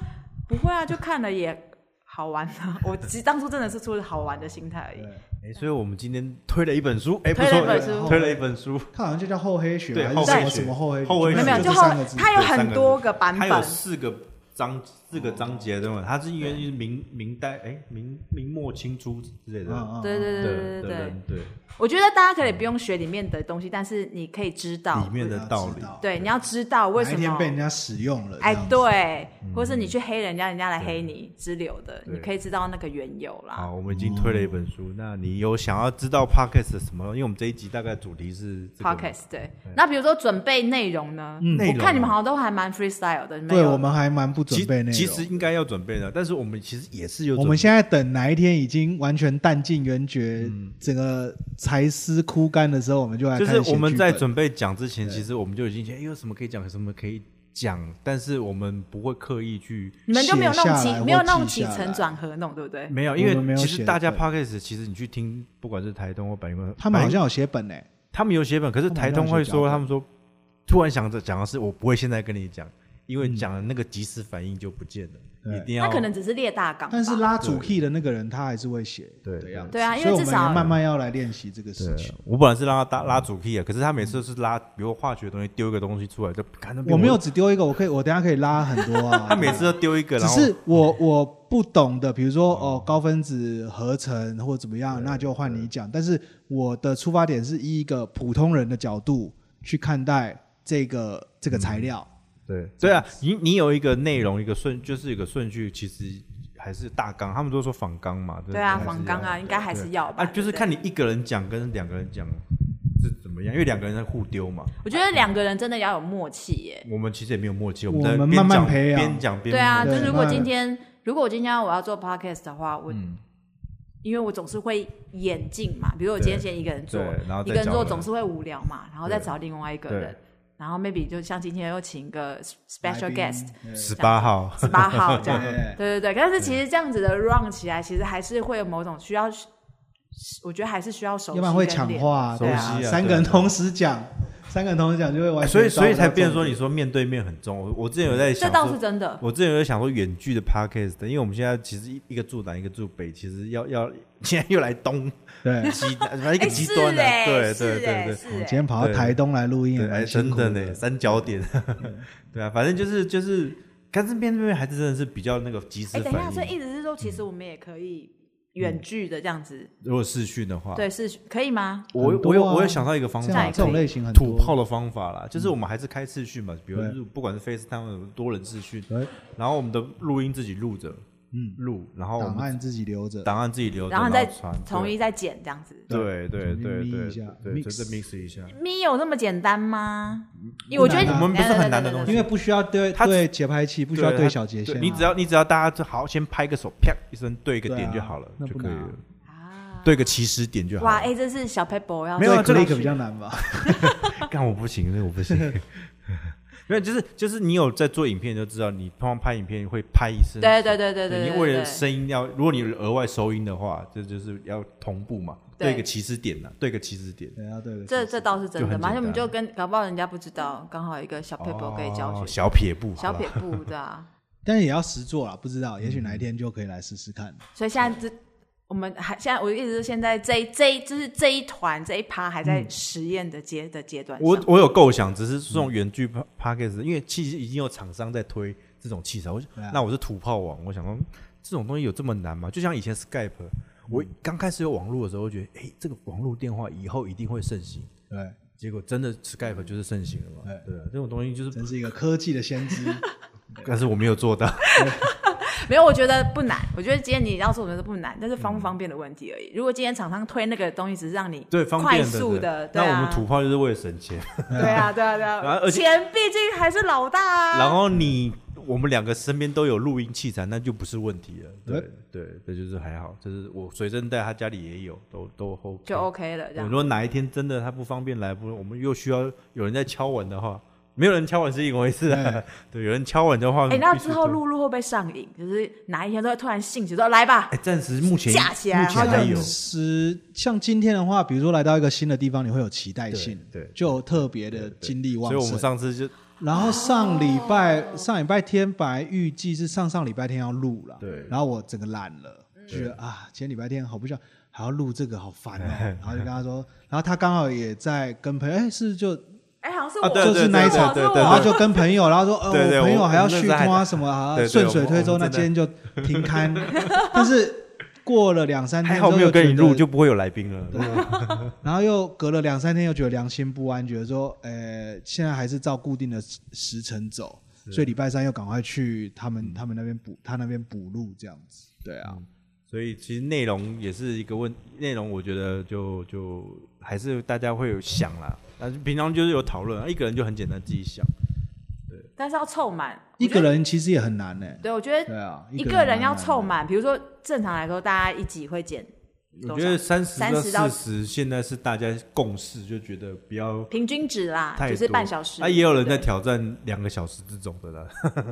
Speaker 3: 不会啊，就看了也好玩啊。我其实当初真的是出于好玩的心态而已。
Speaker 2: 哎，所以我们今天推了一本书，哎，不
Speaker 3: 推了一
Speaker 2: 错，
Speaker 3: 本
Speaker 1: 书
Speaker 2: 推了一本书，
Speaker 1: 它好像就叫厚黑学
Speaker 2: 对
Speaker 1: 还
Speaker 2: 厚
Speaker 1: 是
Speaker 2: 黑
Speaker 1: 什么
Speaker 2: 学
Speaker 1: 什么厚黑学，
Speaker 2: 厚黑
Speaker 3: 没有没有，
Speaker 2: 就
Speaker 3: 就
Speaker 1: 这
Speaker 3: 后
Speaker 1: 三个字，
Speaker 3: 它有很多个版
Speaker 2: 它
Speaker 3: 本，
Speaker 2: 有四个章，四个章节哦对吗？它是因为就是明明代，哎，明明末清初之类
Speaker 1: 嗯
Speaker 2: 的
Speaker 1: 嗯
Speaker 3: 对对对对
Speaker 2: 的
Speaker 3: 对
Speaker 2: 的
Speaker 3: 对。
Speaker 2: 人，对
Speaker 3: 我觉得大家可以不用学里面的东西，但是你可以知道
Speaker 2: 里，面的道理，
Speaker 3: 对，你要知道为
Speaker 1: 哪
Speaker 3: 什
Speaker 1: 一天被人
Speaker 3: 么。
Speaker 1: 家使用了，
Speaker 3: 哎
Speaker 1: 这样，子
Speaker 3: 对，或是你去黑人家，人家来黑你之流的，
Speaker 2: 对
Speaker 3: 你可以知道那个缘由啦
Speaker 2: 好，。我们已经推了一本书。那你有想要知道 podcast 什么？因为我们这一集大概主题是这个
Speaker 3: Podcast 对，那比如说准备内容呢，
Speaker 2: 内容
Speaker 3: 我看你们
Speaker 2: 啊
Speaker 3: 好像都还蛮 freestyle 的，你
Speaker 1: 对
Speaker 3: 有
Speaker 1: 我们还蛮不
Speaker 2: 其
Speaker 1: 准备内容。
Speaker 2: 其实应该要准备的，但是我们其实也是有
Speaker 1: 我
Speaker 2: 准
Speaker 1: 们
Speaker 2: 备。
Speaker 1: 现在等哪一天已经完全弹尽援绝，整个柴丝枯干的时候，我们就来
Speaker 2: 嗯就
Speaker 1: 开始
Speaker 2: 是
Speaker 1: 写
Speaker 2: 我们在
Speaker 1: 剧本
Speaker 2: 准备讲之前，其实我们就已经觉得哎有什么可以讲，有什么可以讲，但是我们不会刻意去。
Speaker 3: 你们就没有那种
Speaker 1: 写下
Speaker 3: 起
Speaker 1: 来
Speaker 3: 没有
Speaker 1: 或
Speaker 3: 那
Speaker 1: 记
Speaker 3: 种起
Speaker 1: 下
Speaker 3: 承
Speaker 1: 来
Speaker 3: 转合那种，对不对？
Speaker 2: 没有，
Speaker 1: 我
Speaker 2: 因
Speaker 1: 们
Speaker 2: 为
Speaker 1: 没有
Speaker 2: 其
Speaker 1: 写
Speaker 2: 实大家
Speaker 1: 对
Speaker 2: podcast 其实你去听，不管是台东或百云，
Speaker 1: 他们好
Speaker 2: 百灵
Speaker 1: 像有写本呢、
Speaker 2: 他们有写本，可是
Speaker 1: 他们
Speaker 2: 台
Speaker 1: 好像
Speaker 2: 东会
Speaker 1: 有写脚
Speaker 2: 说，
Speaker 1: 本
Speaker 2: 他们说突然想着讲的是我不会现在跟你讲，因为
Speaker 1: 嗯
Speaker 2: 讲了那个及时反应就不见了，
Speaker 1: 对
Speaker 2: 一定要
Speaker 3: 他可能只是列大纲吧，
Speaker 1: 但是拉主 key 的那个人他还是会写
Speaker 2: 对
Speaker 1: 的样子，
Speaker 3: 对啊因
Speaker 1: 所
Speaker 3: 为
Speaker 1: 以我
Speaker 3: 至
Speaker 1: 们
Speaker 3: 少
Speaker 1: 也慢慢要来练习这个
Speaker 2: 对
Speaker 1: 事情。
Speaker 2: 我本来是让他搭拉主 key 啊，可是他每次都是拉，比如化学的东西丢一个东西出来，就看那
Speaker 1: 我
Speaker 2: 边
Speaker 1: 没有，只丢一个，我可以，我等一下可以拉很多啊。
Speaker 2: 他每次都丢一个，
Speaker 1: 只
Speaker 2: 然后嗯
Speaker 1: 是我我不懂的，比如说哦高分子合成或怎么样，那就换你讲。但是我的出发点是以一个普通人的角度去看待这个这
Speaker 2: 嗯
Speaker 1: 个材料。
Speaker 2: 对对啊，你你有一个内容，一个顺，就是一个顺序，其实还是大纲，他们都说仿纲嘛，
Speaker 3: 对啊，
Speaker 2: 还是
Speaker 3: 仿纲啊，应该还是要吧。
Speaker 2: 啊，就是
Speaker 3: 对不对
Speaker 2: 看你一个人讲跟两个人讲是怎么样，因为两个人在互丢嘛。
Speaker 3: 我觉得两个人真的要有默契耶。
Speaker 2: 我们其实也没有默契，我
Speaker 1: 我
Speaker 2: 在
Speaker 1: 们
Speaker 2: 边
Speaker 1: 慢慢
Speaker 2: 讲
Speaker 1: 培养
Speaker 2: 边讲边
Speaker 3: 对啊，
Speaker 2: 磨
Speaker 1: 对
Speaker 3: 就是如果
Speaker 1: 那
Speaker 2: 嗯
Speaker 3: 今天如果我今天我要做 podcast 的话，我因为我总是会演进嘛，比如我
Speaker 2: 对
Speaker 3: 今天先一个人做，
Speaker 2: 对然后
Speaker 3: 一
Speaker 2: 再
Speaker 3: 个人
Speaker 2: 找
Speaker 3: 做
Speaker 2: 人
Speaker 3: 总是会无聊嘛，然后再
Speaker 2: 对
Speaker 3: 找另外一个
Speaker 2: 对
Speaker 3: 人，然后 maybe 就像今天又请个 special
Speaker 1: 来宾
Speaker 3: guest，
Speaker 1: 对
Speaker 2: 十 八号，
Speaker 3: 十八号这样，
Speaker 1: 对
Speaker 3: 对对对。但是其实这样子的 run 起来，其实还是会有某种需要，我觉得还是需要熟
Speaker 1: 要
Speaker 3: 悉，
Speaker 1: 不然会抢。话，
Speaker 2: 熟
Speaker 1: 对啊
Speaker 2: 悉啊，对
Speaker 1: 三个人
Speaker 2: 对
Speaker 1: 同时讲，三个人同时讲就会完全
Speaker 2: 哎所以
Speaker 1: 抓不
Speaker 2: 所以
Speaker 1: 到
Speaker 2: 才变说
Speaker 1: 重
Speaker 2: 你
Speaker 1: 点
Speaker 2: 说面对面很重。我我之前有在
Speaker 3: 嗯这
Speaker 2: 想
Speaker 3: 倒
Speaker 2: 说
Speaker 3: 是真的，
Speaker 2: 我之前有在想说远距的 podcast，因为我们现在其实一一个住南，一个住北，其实要要现在又来东
Speaker 1: 对。
Speaker 2: 极南，反正一个
Speaker 3: 哎，
Speaker 2: 极
Speaker 3: 是
Speaker 2: 端的、
Speaker 3: 哎，
Speaker 2: 对
Speaker 3: 是
Speaker 2: 对
Speaker 3: 哎
Speaker 2: 对对
Speaker 3: 是
Speaker 1: 我
Speaker 3: 哎
Speaker 1: 今天跑到
Speaker 2: 对
Speaker 1: 台东来录音也
Speaker 2: 对，哎，
Speaker 1: 蛮辛
Speaker 2: 真
Speaker 1: 苦
Speaker 2: 的呢，三角点，
Speaker 1: 嗯
Speaker 2: 对啊，反正就是就是，但是面对面还是真的是比较那个及时
Speaker 3: 哎，等一下，
Speaker 2: 反
Speaker 3: 所以
Speaker 2: 应。
Speaker 3: 意思是说，其实我们也可以远距的这样子，
Speaker 1: 嗯
Speaker 2: 如果视讯的话，
Speaker 3: 对，是可以吗？
Speaker 2: 我
Speaker 1: 很多
Speaker 2: 我有
Speaker 1: 啊
Speaker 2: 我有想到一个方
Speaker 1: 这
Speaker 2: 法
Speaker 1: 样
Speaker 3: 也，
Speaker 1: 这
Speaker 3: 可
Speaker 1: 种
Speaker 3: 以
Speaker 1: 类型很
Speaker 2: 土
Speaker 1: 多嗯
Speaker 2: 炮的方法啦，就是我们还是开视讯嘛，比如
Speaker 1: 对
Speaker 2: 就是不管是 FaceTime 多人视讯，
Speaker 1: 对，
Speaker 2: 然后我们的录音自己录着，
Speaker 1: 嗯，
Speaker 2: 录，然后我
Speaker 1: 档
Speaker 2: 们
Speaker 1: 案自己留着，
Speaker 2: 档案自己留着，
Speaker 3: 然后
Speaker 2: 后
Speaker 3: 再
Speaker 2: 传
Speaker 3: 统
Speaker 2: 对
Speaker 3: 一再剪这样子。
Speaker 2: 对对
Speaker 1: 重新
Speaker 2: 对
Speaker 1: mix
Speaker 2: 对
Speaker 1: 一下
Speaker 2: 对，
Speaker 1: mix
Speaker 2: 就是 mix 一下。
Speaker 3: 咪有那么简单吗？因为我觉得
Speaker 1: 不难啊
Speaker 2: 我们不是很难的
Speaker 3: 对对对对对
Speaker 2: 东西
Speaker 1: 因为不需要对
Speaker 2: 它
Speaker 1: 对节拍器，不需要对小节
Speaker 2: 对
Speaker 1: 线啊，
Speaker 2: 你只要你只要大家就好，先拍个手，啪一声对一个
Speaker 1: 对啊
Speaker 2: 点就好了，
Speaker 1: 那
Speaker 2: 就
Speaker 1: 不
Speaker 2: 可以
Speaker 1: 难啊
Speaker 2: 了，
Speaker 3: 啊
Speaker 2: 对个起始点就好
Speaker 3: 哇，
Speaker 2: 了。
Speaker 3: 哎，这是小 paper 要
Speaker 2: 没有啊这
Speaker 1: 对
Speaker 2: 个
Speaker 1: click 比较难吧？
Speaker 2: 干我不行，那我 不行。没有，就是就是你有在做影片就知道，你通常拍影片会拍一声，
Speaker 3: 对对对对对对
Speaker 2: 你
Speaker 3: 对
Speaker 2: 为了声音要，如果你额外收音的话，这就是要同步嘛，
Speaker 3: 对
Speaker 2: 对一个起始点呐，对一个起始点。
Speaker 1: 对啊，对对，
Speaker 3: 这这倒是真的
Speaker 2: 就很简
Speaker 3: 嘛，
Speaker 2: 单
Speaker 3: 而且我们就跟搞不好人家不知道，刚好有一个小 paper 可以教
Speaker 2: 哦
Speaker 3: 学，
Speaker 2: 小撇步，
Speaker 3: 小
Speaker 2: 好
Speaker 3: 撇
Speaker 2: 吧
Speaker 3: 步 对啊。
Speaker 1: 但是也要实做啦，不知道，也许哪一天就可以来试试看。
Speaker 3: 所以现在这我们还现在我一直是现在这一这一就是这一团这一趴还在实验的阶、的阶段上。
Speaker 2: 嗯我我有构想，只是
Speaker 1: 嗯
Speaker 2: 这种远距 pa- podcast，因为其实已经有厂商在推这种器材，我就
Speaker 1: 对啊
Speaker 2: 那我是土炮王，我想说嗯这种东西有这么难吗？就像以前 Skype，我
Speaker 1: 嗯
Speaker 2: 刚开始有网络的时候，我觉得哎，这个网络电话以后一定会盛行。
Speaker 1: 对，
Speaker 2: 结果真的
Speaker 1: 嗯
Speaker 2: Skype 就是盛行了嘛？
Speaker 1: 哎
Speaker 2: 对啊，这种东西就是，
Speaker 1: 真是一个科技的先知。
Speaker 2: 但是我没有做到。
Speaker 3: 没有，我觉得不难。我觉得今天你要说我们是不难，但是
Speaker 2: 嗯
Speaker 3: 方不方便的问题而已。如果今天厂商推那个东西，只是让你
Speaker 2: 对，方便
Speaker 3: 快速
Speaker 2: 的。
Speaker 3: 对
Speaker 2: 那我
Speaker 3: 啊，
Speaker 2: 们土炮就是为了省钱，
Speaker 3: 对啊，对啊，对
Speaker 2: 然
Speaker 3: 啊
Speaker 2: 后。而且
Speaker 3: 钱毕竟还是老大啊。
Speaker 2: 然后你我们两个身边都有录音器材，那就不是问题了。对
Speaker 1: 哎
Speaker 2: 对，这就是还好，就是我随身带，他家里也有，都都 OK。
Speaker 3: 就 OK 了，这
Speaker 2: 我
Speaker 3: 样
Speaker 2: 如。果哪一天真的他不方便来，不，我们又需要有人在敲碗的话，没有人敲碗是一回事
Speaker 1: 哎
Speaker 2: 啊。对，有人敲碗的话，
Speaker 3: 哎、那
Speaker 2: 必须
Speaker 3: 之后
Speaker 2: 做，
Speaker 3: 露露会不会上瘾？就是哪一天都会突然兴起说来吧，
Speaker 2: 哎，暂时目前
Speaker 3: 架起来
Speaker 2: 目前
Speaker 3: 然后
Speaker 2: 还
Speaker 3: 就
Speaker 2: 有
Speaker 1: 像，是像今天的话，比如说来到一个新的地方，你会有期待性，
Speaker 2: 对对
Speaker 1: 就有特别的精力旺
Speaker 2: 所以我们
Speaker 1: 盛。
Speaker 2: 上次就
Speaker 1: 然后上礼拜上礼拜天本来预计是上上礼拜天要录了，
Speaker 2: 对
Speaker 1: 然后我整个懒了，就觉得啊，前礼拜天好不想还要录这个，好烦哦。 然后就跟他说，然后他刚好也在跟朋友，哎，是不是就
Speaker 3: 哎、好像是我，
Speaker 2: 啊对
Speaker 1: 就是那一
Speaker 2: 场
Speaker 3: 是我是我
Speaker 2: 对
Speaker 1: 然后就跟朋友，然后说，呃，
Speaker 2: 对对
Speaker 1: 我朋友还要
Speaker 2: 我们
Speaker 1: 续
Speaker 2: 那时候还
Speaker 1: 通啊什么啊
Speaker 2: 对，对
Speaker 1: 顺水推
Speaker 2: 我
Speaker 1: 舟，
Speaker 2: 们
Speaker 1: 那
Speaker 2: 我们
Speaker 1: 今天就停 刊。但是过了两三天，
Speaker 2: 还好没有跟你录，就不会有来宾了。
Speaker 1: 然后又隔了两三天，又觉得良心不安，觉得说，呃，现在还是照固定的时时辰走，
Speaker 2: 嗯
Speaker 1: 所以礼拜三又赶快去他们他们那边补，他那边补录这样子。对啊，
Speaker 3: 嗯
Speaker 2: 所以其实内容也是一个问，内容我觉得就就还是大家会有想啦，但是平常就是有讨论，一个人就很简单自己想。啊
Speaker 3: 但是要凑满
Speaker 1: 一个。
Speaker 3: 我觉
Speaker 1: 人其实也很难呢。
Speaker 3: 得对，我觉
Speaker 1: 对
Speaker 3: 得
Speaker 1: 啊，
Speaker 3: 一个人
Speaker 1: 蛮
Speaker 3: 要
Speaker 1: 难的
Speaker 3: 凑，满，比如说正常来说，大家一集会剪
Speaker 2: 我
Speaker 3: 多
Speaker 2: 觉得
Speaker 3: 少？
Speaker 2: 三十
Speaker 3: 30
Speaker 2: 到
Speaker 3: 到
Speaker 2: 四十现在是大家共识，就觉得不要
Speaker 3: 平均值啦，
Speaker 2: 太多，
Speaker 3: 就是半小时。
Speaker 2: 啊，也有人在
Speaker 3: 对
Speaker 2: 挑战两个小时这种的啦。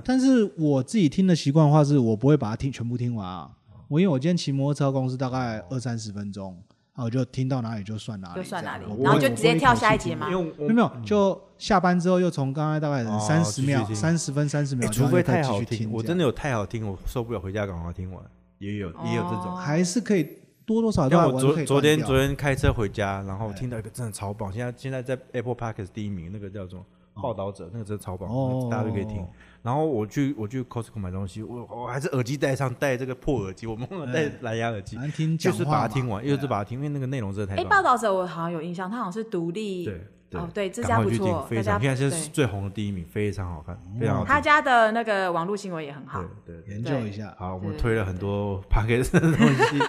Speaker 1: 但是我自己听的习惯的话，是我不会把它听全部听完啊。我因为我今天骑摩托车到公司大概二三十分钟，啊，我就听到哪里就算哪里，
Speaker 3: 就算哪里
Speaker 1: 这样，
Speaker 3: 然后
Speaker 1: 我不会
Speaker 3: 就直接跳下一集
Speaker 1: 我
Speaker 3: 嘛
Speaker 2: 因。为
Speaker 1: 不
Speaker 2: 我
Speaker 1: 会没有没有，就下班之后又从刚才大概
Speaker 2: 哦
Speaker 1: 三十秒
Speaker 2: 继、续听
Speaker 1: 三十分、三十
Speaker 2: 哎
Speaker 1: 秒，
Speaker 2: 除非
Speaker 1: 然后
Speaker 2: 太
Speaker 1: 就可以
Speaker 2: 好
Speaker 1: 继续听，
Speaker 2: 我真
Speaker 1: 的
Speaker 2: 的有太好听，我受不了，回家赶快听完。也有也有这种，
Speaker 1: 还是可以多多少少
Speaker 2: 因为
Speaker 1: 都
Speaker 2: 我昨昨天昨
Speaker 1: 天
Speaker 2: 天开车回家，然
Speaker 1: 哎
Speaker 2: 后听到一个真的超棒，现在现在在 Apple Park 是第一名，那个叫做报道者，那个真的超棒，
Speaker 1: 哦
Speaker 2: 那大家都可以听。然后我去我去 Costco 买东西，我我还是耳机戴上，戴这个破耳机，我忘了戴蓝牙耳机
Speaker 1: 反，正听 嗯
Speaker 2: 就
Speaker 1: 哎讲
Speaker 2: 是
Speaker 1: 话
Speaker 2: 把它
Speaker 1: 嘛啊
Speaker 2: 听完，又是把它听，因为那个内容真的
Speaker 3: 哎，
Speaker 2: 太
Speaker 3: 报
Speaker 2: 棒。
Speaker 3: 道者我好像有印象，他好像是独立。
Speaker 2: 对
Speaker 3: 哦，对，这
Speaker 2: 赶
Speaker 3: 家
Speaker 2: 快
Speaker 3: 不
Speaker 2: 去听
Speaker 3: 错，
Speaker 2: 非
Speaker 3: 大
Speaker 2: 常
Speaker 3: 家
Speaker 2: 现在是
Speaker 3: 对
Speaker 2: 最红的第一名，非常好看，
Speaker 1: 嗯
Speaker 2: 非常好
Speaker 3: 他
Speaker 2: 听。
Speaker 3: 家的那个网络新闻也很好。
Speaker 2: 对对，
Speaker 1: 研究一下。
Speaker 2: 好，我们
Speaker 3: 对
Speaker 2: 推了很多 p a c k e t 的东西，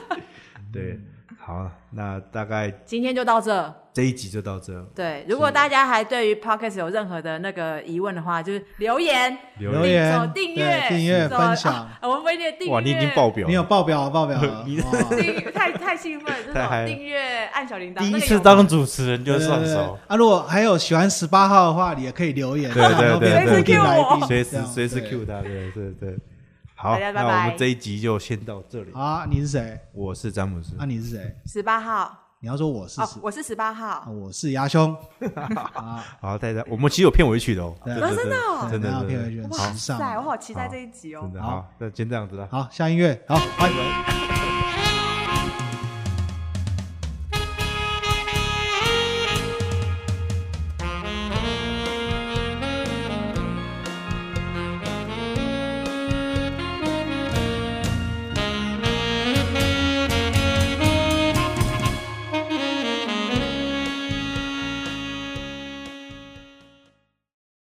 Speaker 2: 对，好了，那大概
Speaker 3: 今天就到这。
Speaker 2: 这一集就到这，
Speaker 3: 对，如果大家还对于 podcast 有任何的那个疑问的话，就是留言、
Speaker 2: 留
Speaker 1: 留
Speaker 2: 言。
Speaker 1: 言
Speaker 3: 走订阅、
Speaker 1: 对订阅
Speaker 3: 走
Speaker 1: 分享
Speaker 3: 啊我们不一定订阅。
Speaker 2: 哇，你已经爆表
Speaker 1: 你有
Speaker 2: 了，
Speaker 1: 爆表啊，爆 表啊！哦
Speaker 3: 订阅太太兴奋，这
Speaker 2: 太嗨
Speaker 3: 种
Speaker 2: 了
Speaker 3: 订阅按小铃铛，
Speaker 2: 第
Speaker 3: 那
Speaker 2: 一
Speaker 3: 个
Speaker 2: 次
Speaker 3: 有
Speaker 2: 当主持人就上
Speaker 1: 对对
Speaker 2: 手
Speaker 1: 对，啊！如果还有喜欢十八号的话，你也可以留言，
Speaker 2: 对对对对
Speaker 1: 对
Speaker 3: 随时 cue 我
Speaker 2: 随时随时
Speaker 1: Q。
Speaker 2: Q 他，对对对。好，
Speaker 3: 大家拜
Speaker 2: 那我
Speaker 3: 拜
Speaker 2: 们这一集就先到这里
Speaker 1: 好。啊，你是谁？
Speaker 2: 我是詹姆斯，
Speaker 1: 啊，你是谁？
Speaker 3: 十八号
Speaker 1: 你要说我是
Speaker 3: 哦
Speaker 1: 谁？，
Speaker 3: 我是十八号
Speaker 1: 啊，我是牙 兄。啊，
Speaker 2: 好，大家，我们其实有片尾曲的哦，
Speaker 1: 对
Speaker 2: 对对
Speaker 3: 真的哦
Speaker 2: 对真
Speaker 1: 然后
Speaker 2: 的
Speaker 1: 片尾
Speaker 2: 真
Speaker 1: 曲
Speaker 2: 的
Speaker 1: 很
Speaker 3: 哇
Speaker 1: 时
Speaker 3: 塞，我
Speaker 1: 尚。啊
Speaker 3: 好期待这一集哦
Speaker 2: 真。的好，那先这样子啦。
Speaker 1: 好，下音乐，好，拜拜。